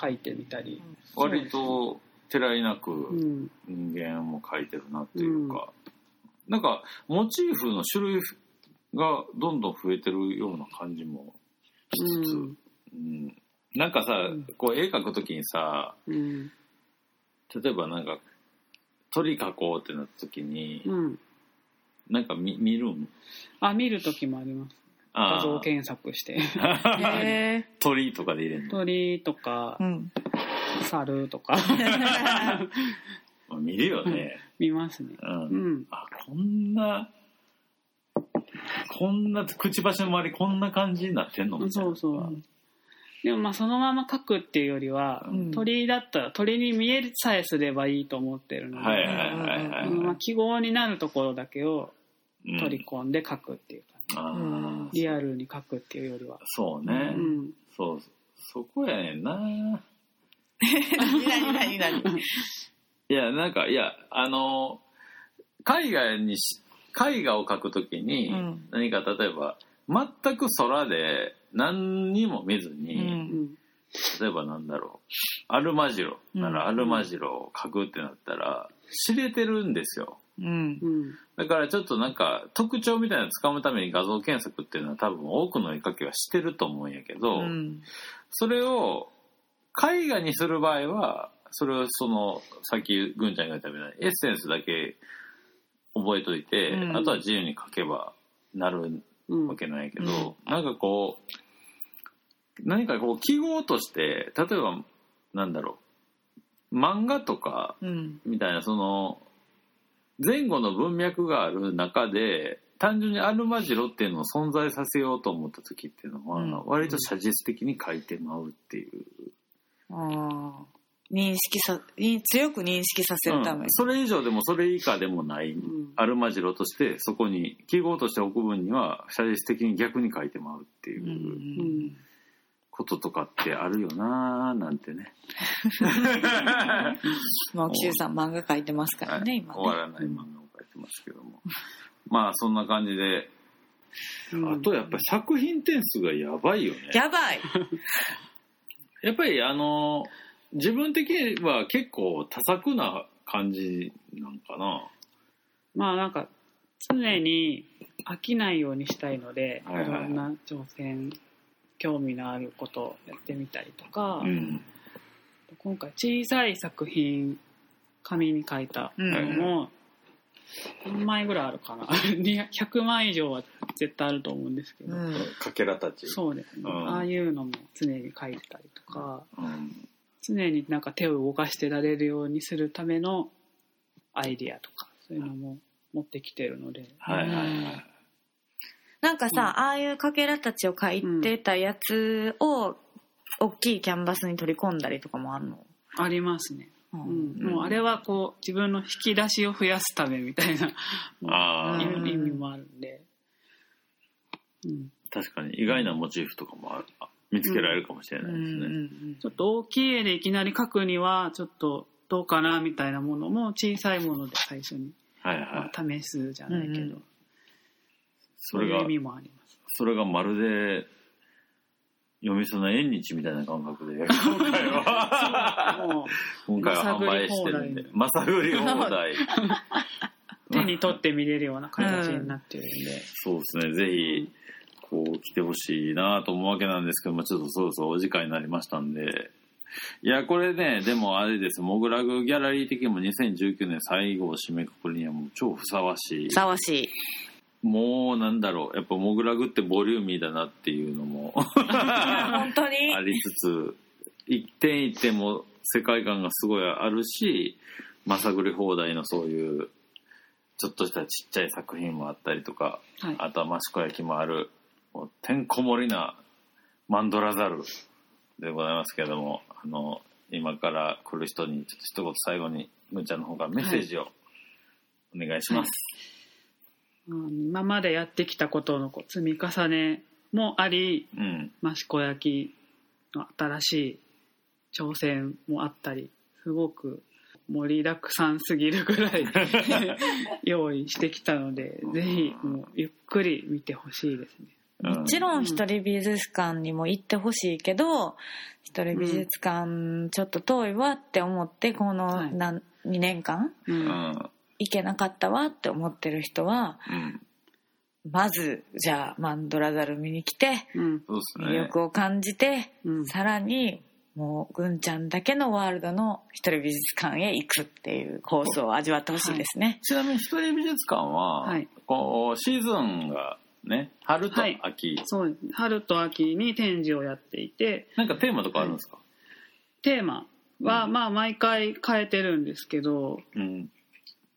Speaker 3: 描いてみたり、
Speaker 2: 割とてらいなく、
Speaker 3: うん、
Speaker 2: 人間も描いてるなっていうか、なんかモチーフの種類がどんどん増えてるような感じもし
Speaker 3: う
Speaker 2: つつ、うん
Speaker 3: ん
Speaker 2: なんかさ、
Speaker 3: うん
Speaker 2: こう絵描くときにさ
Speaker 3: うん
Speaker 2: 例えばなんか鳥描こうってなったときに、
Speaker 3: うん、
Speaker 2: なんか見見るん
Speaker 3: あ見る時もあります
Speaker 2: あ
Speaker 3: 画
Speaker 2: ー
Speaker 3: 像検索して
Speaker 1: へえ
Speaker 2: 鳥とかで入れるの
Speaker 3: 鳥とか
Speaker 1: うん
Speaker 3: 猿とか
Speaker 2: まあ見るよね。
Speaker 3: 見ますね。
Speaker 2: う。
Speaker 3: うんん。
Speaker 2: あ、こんな、こんな、くちばしの周りこんな感じになってんのみたい
Speaker 3: そ
Speaker 2: な。
Speaker 3: うそう。でもまあそのまま書くっていうよりは、
Speaker 1: うん
Speaker 3: 鳥だったら鳥に見えさえすればいいと思ってるので、
Speaker 2: はいはいはいは
Speaker 3: う
Speaker 2: い
Speaker 3: んま
Speaker 2: は
Speaker 3: あ、記号になるところだけを
Speaker 2: い。うん
Speaker 3: 取り込んで書くっていう感じ、
Speaker 2: あー
Speaker 1: うん
Speaker 3: リアルに書くっていうよりは、
Speaker 2: そう
Speaker 3: う
Speaker 2: ね。
Speaker 3: ん、
Speaker 2: そう。そこやねんな。
Speaker 1: 何何何
Speaker 2: いや、なんか、いや、あの、絵画にし、絵画を描くときに、
Speaker 1: うん
Speaker 2: 何か例えば、全く空で何にも見ずに、
Speaker 1: うん
Speaker 3: うん
Speaker 2: 例えばなんだろう、アルマジロな
Speaker 1: う
Speaker 2: ら
Speaker 1: ん
Speaker 2: アルマジロを描くってなったら、知れてるんですよ。
Speaker 1: うん
Speaker 3: うん
Speaker 2: だからちょっとなんか特徴みたいなのつかむために画像検索っていうのは多分多くの絵描きはしてると思うんやけど、
Speaker 1: うん
Speaker 2: それを絵画にする場合はそれをそのさっきぐんちゃんが言ったみたいにエッセンスだけ覚えといて、
Speaker 1: うん
Speaker 2: あとは自由に描けばなる
Speaker 3: うん
Speaker 2: わけないけど、なんかこう何かこう記号として例えばなんだろう漫画とか
Speaker 1: うん
Speaker 2: みたいなその前後の文脈がある中で単純にアルマジロっていうのを存在させようと思った時っていうのは、
Speaker 1: うん
Speaker 2: 割と写実的に書いてまうっていう、
Speaker 1: あー認識さ認強く認識させるた
Speaker 2: う
Speaker 1: め
Speaker 2: んそれ以上でもそれ以下でもない、
Speaker 3: うん
Speaker 2: アルマジロとしてそこに記号として置く分には写実的に逆に書いてまうって
Speaker 1: う
Speaker 2: いうんこととかってあるよなーなんてね
Speaker 1: まあ岸さん漫画描いてますからね今ね
Speaker 2: 終わらない漫画を書いてますけども、まあそんな感じであとやっぱり作品点数がやばいよね。
Speaker 1: やばい
Speaker 2: やっぱりあの自分的には結構多作な感じなんかな。
Speaker 3: まあなんか常に飽きないようにしたいので、
Speaker 2: はいはい
Speaker 3: いろんな挑戦興味のあることをやってみたりとか、
Speaker 2: うん。
Speaker 3: 今回小さい作品紙に書いた
Speaker 1: うん
Speaker 2: は
Speaker 3: の
Speaker 2: い
Speaker 3: も何枚ぐらいあるかな 100枚以上は絶対あると思うんですけど、
Speaker 1: うん
Speaker 2: かけらたち。
Speaker 3: そうですね、
Speaker 2: うん
Speaker 3: ああいうのも常に書いてたりとか
Speaker 2: うん。
Speaker 3: 常になんか手を動かしてられるようにするためのアイディアとかそういうのも持ってきてるので、
Speaker 2: はいはいは
Speaker 1: うん
Speaker 2: い。
Speaker 1: なんかさ、ああいうかけらたちを描いてたやつを大きいキャンバスに取り込んだりとかもあるの、
Speaker 3: ありますね、
Speaker 1: う
Speaker 3: うんもうあれはこう自分の引き出しを増やすためみたいな
Speaker 2: ああ、
Speaker 1: うん
Speaker 3: 意味もあるんで、うん、
Speaker 2: 確かに意外なモチーフとかもあるあ見つけられるかもしれ
Speaker 1: う
Speaker 2: なんいです
Speaker 1: う
Speaker 2: ね。
Speaker 1: ん
Speaker 3: ちょっと大きい絵でいきなり描くにはちょっとどうかなみたいなものも小さいもので最初に、
Speaker 2: はい
Speaker 3: ま
Speaker 2: は
Speaker 3: あ
Speaker 2: い。
Speaker 3: 試すじゃないけど、
Speaker 1: うんうん
Speaker 2: そ
Speaker 3: そう
Speaker 2: れ
Speaker 3: いう
Speaker 2: が
Speaker 3: 意味もあります。
Speaker 2: それがまるで読みその縁日みたいな感覚で今回は
Speaker 3: も
Speaker 2: 今回は販売してるんで まさぐり放題。
Speaker 3: う手に取って見れるような形になってるんで、
Speaker 2: そうですね、ぜひ、こう、来てほしいなと思うわけなんですけども、ちょっとそろそろお時間になりましたんで、いや、これね、でもあれです、モグラグギャラリー的にも2019年最後を締めくくりにはもう超ふさわしい
Speaker 1: ふ。さわしい
Speaker 2: もうなんだろう、やっぱモグラグってボリューミーだなっていうのも
Speaker 1: 本当に
Speaker 2: ありつつ、一点一点も世界観がすごいあるし、まさぐり放題のそういう、ちょっとしたちっちゃい作品もあったりとか、
Speaker 3: はい、
Speaker 2: あとは益子焼きもある、もうてんこ盛りなマンドラザルでございますけれども、あの、今から来る人に、ちょっと一言最後に、むーちゃんの方からメッセージをお願いします。
Speaker 3: うん今までやってきたことのこう積み重ねもあり
Speaker 2: うん。
Speaker 3: 益子焼の新しい挑戦もあったりすごく盛りだくさんすぎるぐらい 用意してきたのでぜひもうゆっくり見てほしいですね。
Speaker 2: うん
Speaker 1: もちろん一人美術館にも行ってほしいけど一人美術館ちょっと遠いわって思ってこの
Speaker 3: はい
Speaker 1: 何2年間
Speaker 3: う
Speaker 2: うんん。
Speaker 1: 行けなかったわって思ってる人は
Speaker 2: うん。
Speaker 1: まずじゃあマンドラザル見に来て
Speaker 3: うん
Speaker 2: そうですね。
Speaker 1: 魅力を感じて
Speaker 3: うん
Speaker 1: さらにもうぐんちゃんだけのワールドの一人美術館へ行くっていうコースを味わってほしいですね。
Speaker 2: ちなみに一人美術館は、
Speaker 3: はい
Speaker 2: こう、シーズンがね、春と秋、
Speaker 3: そうですね春と秋に展示をやっていて
Speaker 2: なんかテーマとかあるんですか、
Speaker 3: テーマは、まあ毎回変えてるんですけど、
Speaker 2: うん。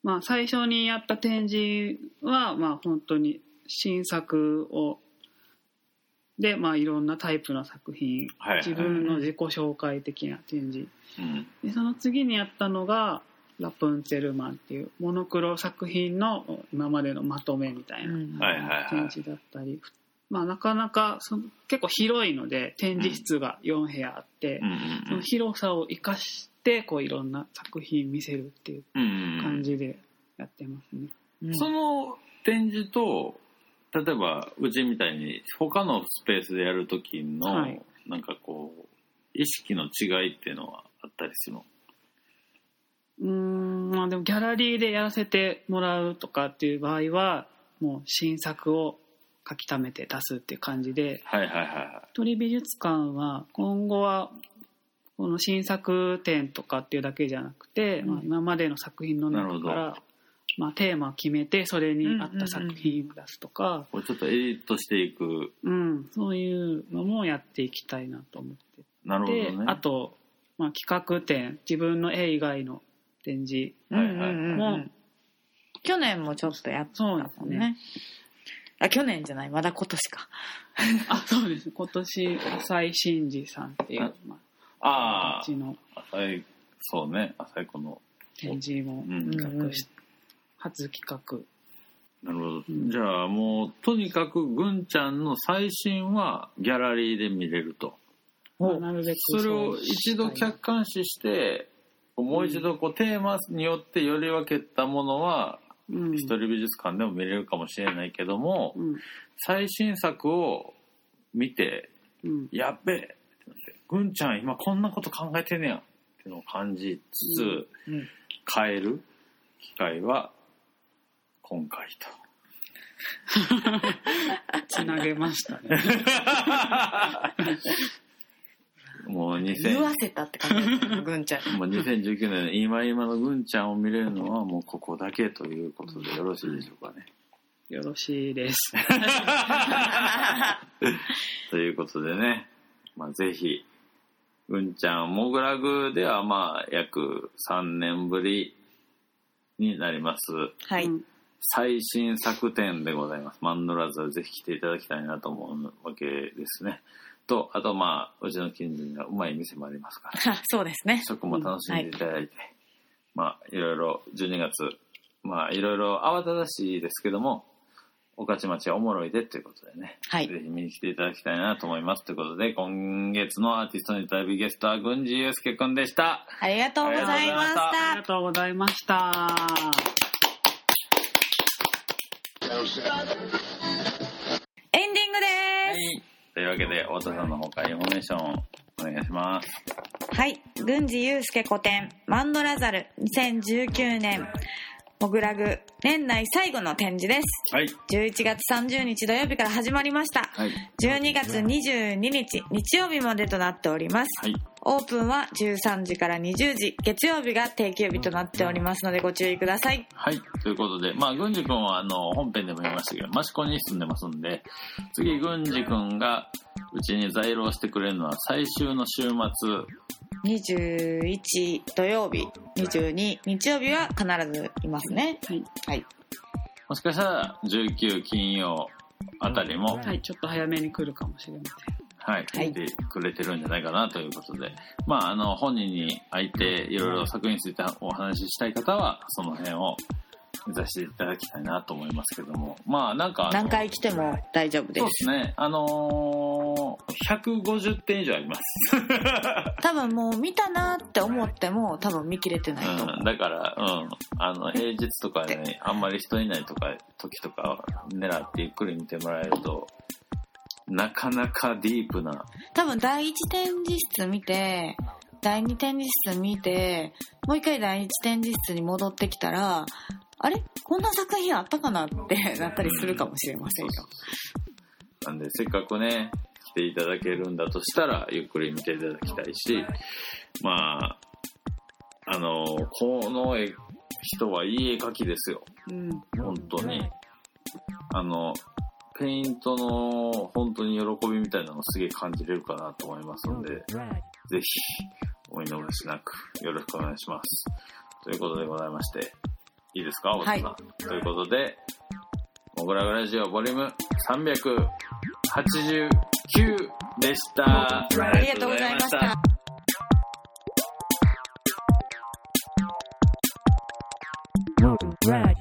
Speaker 3: まあ最初にやった展示は、まあ本当に新作を、で、まあいろんなタイプの作品、
Speaker 2: はい、はい。
Speaker 3: 自分の自己紹介的な展示。
Speaker 2: うん。
Speaker 3: で、その次にやったのが、ラプンツェルマンっていうモノクロ作品の今までのまとめみたいな。
Speaker 2: はいはいはい
Speaker 3: 展示だったり、まあ、なかなかその結構広いので展示室が4部屋あって
Speaker 2: う、ん
Speaker 3: その広さを生かしてこういろんな作品見せるっていう
Speaker 2: うんうん。
Speaker 3: 感じでやってますね。
Speaker 1: うん
Speaker 2: その展示と、例えば、うちみたいに、他のスペースでやるときの、
Speaker 3: はい
Speaker 2: なんかこう、意識の違いっていうのはあったりするの
Speaker 3: うーんまあ、でもギャラリーでやらせてもらうとかっていう場合はもう新作を書き溜めて出すっていう感じで
Speaker 2: はいはいはいは
Speaker 3: 鳥美術館は今後はこの新作展とかっていうだけじゃなくて、
Speaker 1: うん
Speaker 3: まあ、今までの作品の中か
Speaker 2: な
Speaker 3: ら、まあ、テーマを決めてそれに合った作品を出すとか、
Speaker 2: い。これちょっとエディットしていく。
Speaker 3: うんそういうのもやっていきたいなと思って
Speaker 2: なるほど
Speaker 3: て、
Speaker 2: ね。
Speaker 3: あと、まあ、企画展自分の絵以外の展示
Speaker 1: うんうんうんうん
Speaker 3: はいはいはい
Speaker 1: 去年もちょっとやったもんね
Speaker 3: そうですね
Speaker 1: あ去年じゃないまだ今年か
Speaker 3: あそうです今年浅井真二さんっていう
Speaker 2: あ、
Speaker 3: まあ、
Speaker 2: あ
Speaker 3: 形の
Speaker 2: あ、浅い、そうね、浅いこの。
Speaker 3: 展示も
Speaker 2: うん
Speaker 3: 企画し、初企画
Speaker 2: なるほど。
Speaker 3: うん
Speaker 2: じゃあもう、とにかく、ぐんちゃんの最新はギャラリーで見れると。
Speaker 3: まあなるべく
Speaker 2: それを一度客観視して、もう一度こうテーマによってより分けたものは、
Speaker 3: うん
Speaker 2: 一人美術館でも見れるかもしれないけども、
Speaker 3: うん
Speaker 2: 最新作を見て、
Speaker 3: うん
Speaker 2: やっべえってなって、ぐんちゃん今こんなこと考えてんねやっていうのを感じつつ、
Speaker 3: うん
Speaker 1: うん
Speaker 2: 変える機会は今回と。
Speaker 3: つなげましたね。
Speaker 2: もう2000
Speaker 1: 言わせたって感じ だねぐんちゃん
Speaker 2: もう2019年今今のぐんちゃんを見れるのはもうここだけということでよろしいでしょうかね。
Speaker 3: よろしいです。
Speaker 2: ということでね、まあ、ぜひうんちゃんモグラグではまあ約3年ぶりになります
Speaker 1: はい、
Speaker 3: うん
Speaker 2: 最新作展でございますマンドラーズはぜひ来ていただきたいなと思うわけですねとあとまあうちの近所にはうまい店もありますから
Speaker 1: あ そうですね
Speaker 2: そこも楽しんでいただいて、まあ、いろいろ、12月、まあ、いろいろ慌ただしいですけども、御徒町はおもろいでということでね、
Speaker 1: はい
Speaker 2: ぜひ見に来ていただきたいなと思います。ということで、今月のアーティストに対ビゲストは、郡司祐介くんでした。
Speaker 1: ありがとうございまし
Speaker 3: あ
Speaker 1: た
Speaker 3: りがとうございました。
Speaker 1: エンディングです
Speaker 2: というわけで、太田さんの方からインフォメーションお願いします。
Speaker 1: はい。郡司祐介古典、マンドラザル、2019年、モグラグ、年内最後の展示です。
Speaker 2: はい。
Speaker 1: 11月30日土曜日から始まりました。
Speaker 2: はい。
Speaker 1: 12月22日、日曜日までとなっております。
Speaker 2: はい。
Speaker 1: オープンは13時から20時、月曜日が定休日となっておりますのでご注意ください。
Speaker 2: はい。ということで、まあ、郡司くんは、あの、本編でも言いましたけど、益子に住んでますんで、次、郡司くんが、うちに在廊してくれるのは、最終の週末、
Speaker 1: 21土曜日、22日曜日は必ずいますね。
Speaker 3: はい。
Speaker 1: はい。
Speaker 2: もしかしたら、19金曜あたりも、はい、
Speaker 3: はい、ちょっと早めに来るかもしれませ
Speaker 1: はい
Speaker 2: 来てくれてるんじゃないかなということで、まあ、あの、本人に会いて、いろいろ作品についてお話ししたい方は、その辺を目指していただきたいなと思いますけども、まあ、なんか、
Speaker 1: 何回来ても大丈夫で
Speaker 2: そうですす。ね、あのー、150点以上あります。
Speaker 1: 多分もう見たなって思っても多分見切れてないと思う、
Speaker 2: うん、だから、うん、あの平日とかねあんまり人いないとか時とかを狙ってゆっくり見てもらえるとなかなかディープな
Speaker 1: 多分第一展示室見て第二展示室見てもう一回第一展示室に戻ってきたらあれこんな作品あったかなってなったりするかもしれませんよ、
Speaker 2: なんでせっかくね来ていただけるんだとしたらゆっくり見ていただきたいしまああのこの絵人はいい絵描きですよ
Speaker 3: ん。うん。
Speaker 2: 本当にあのペイントの本当に喜びみたいなのをすげえ感じれるかなと思いますので、ぜひお祈りしなく、よろしくお願いします。ということでございまして、いいですか、大
Speaker 1: は
Speaker 2: 田
Speaker 1: い
Speaker 2: さん。ということで、モグラグラジオボリューム389でした。
Speaker 1: ありがとうございました。
Speaker 4: Motor Radio.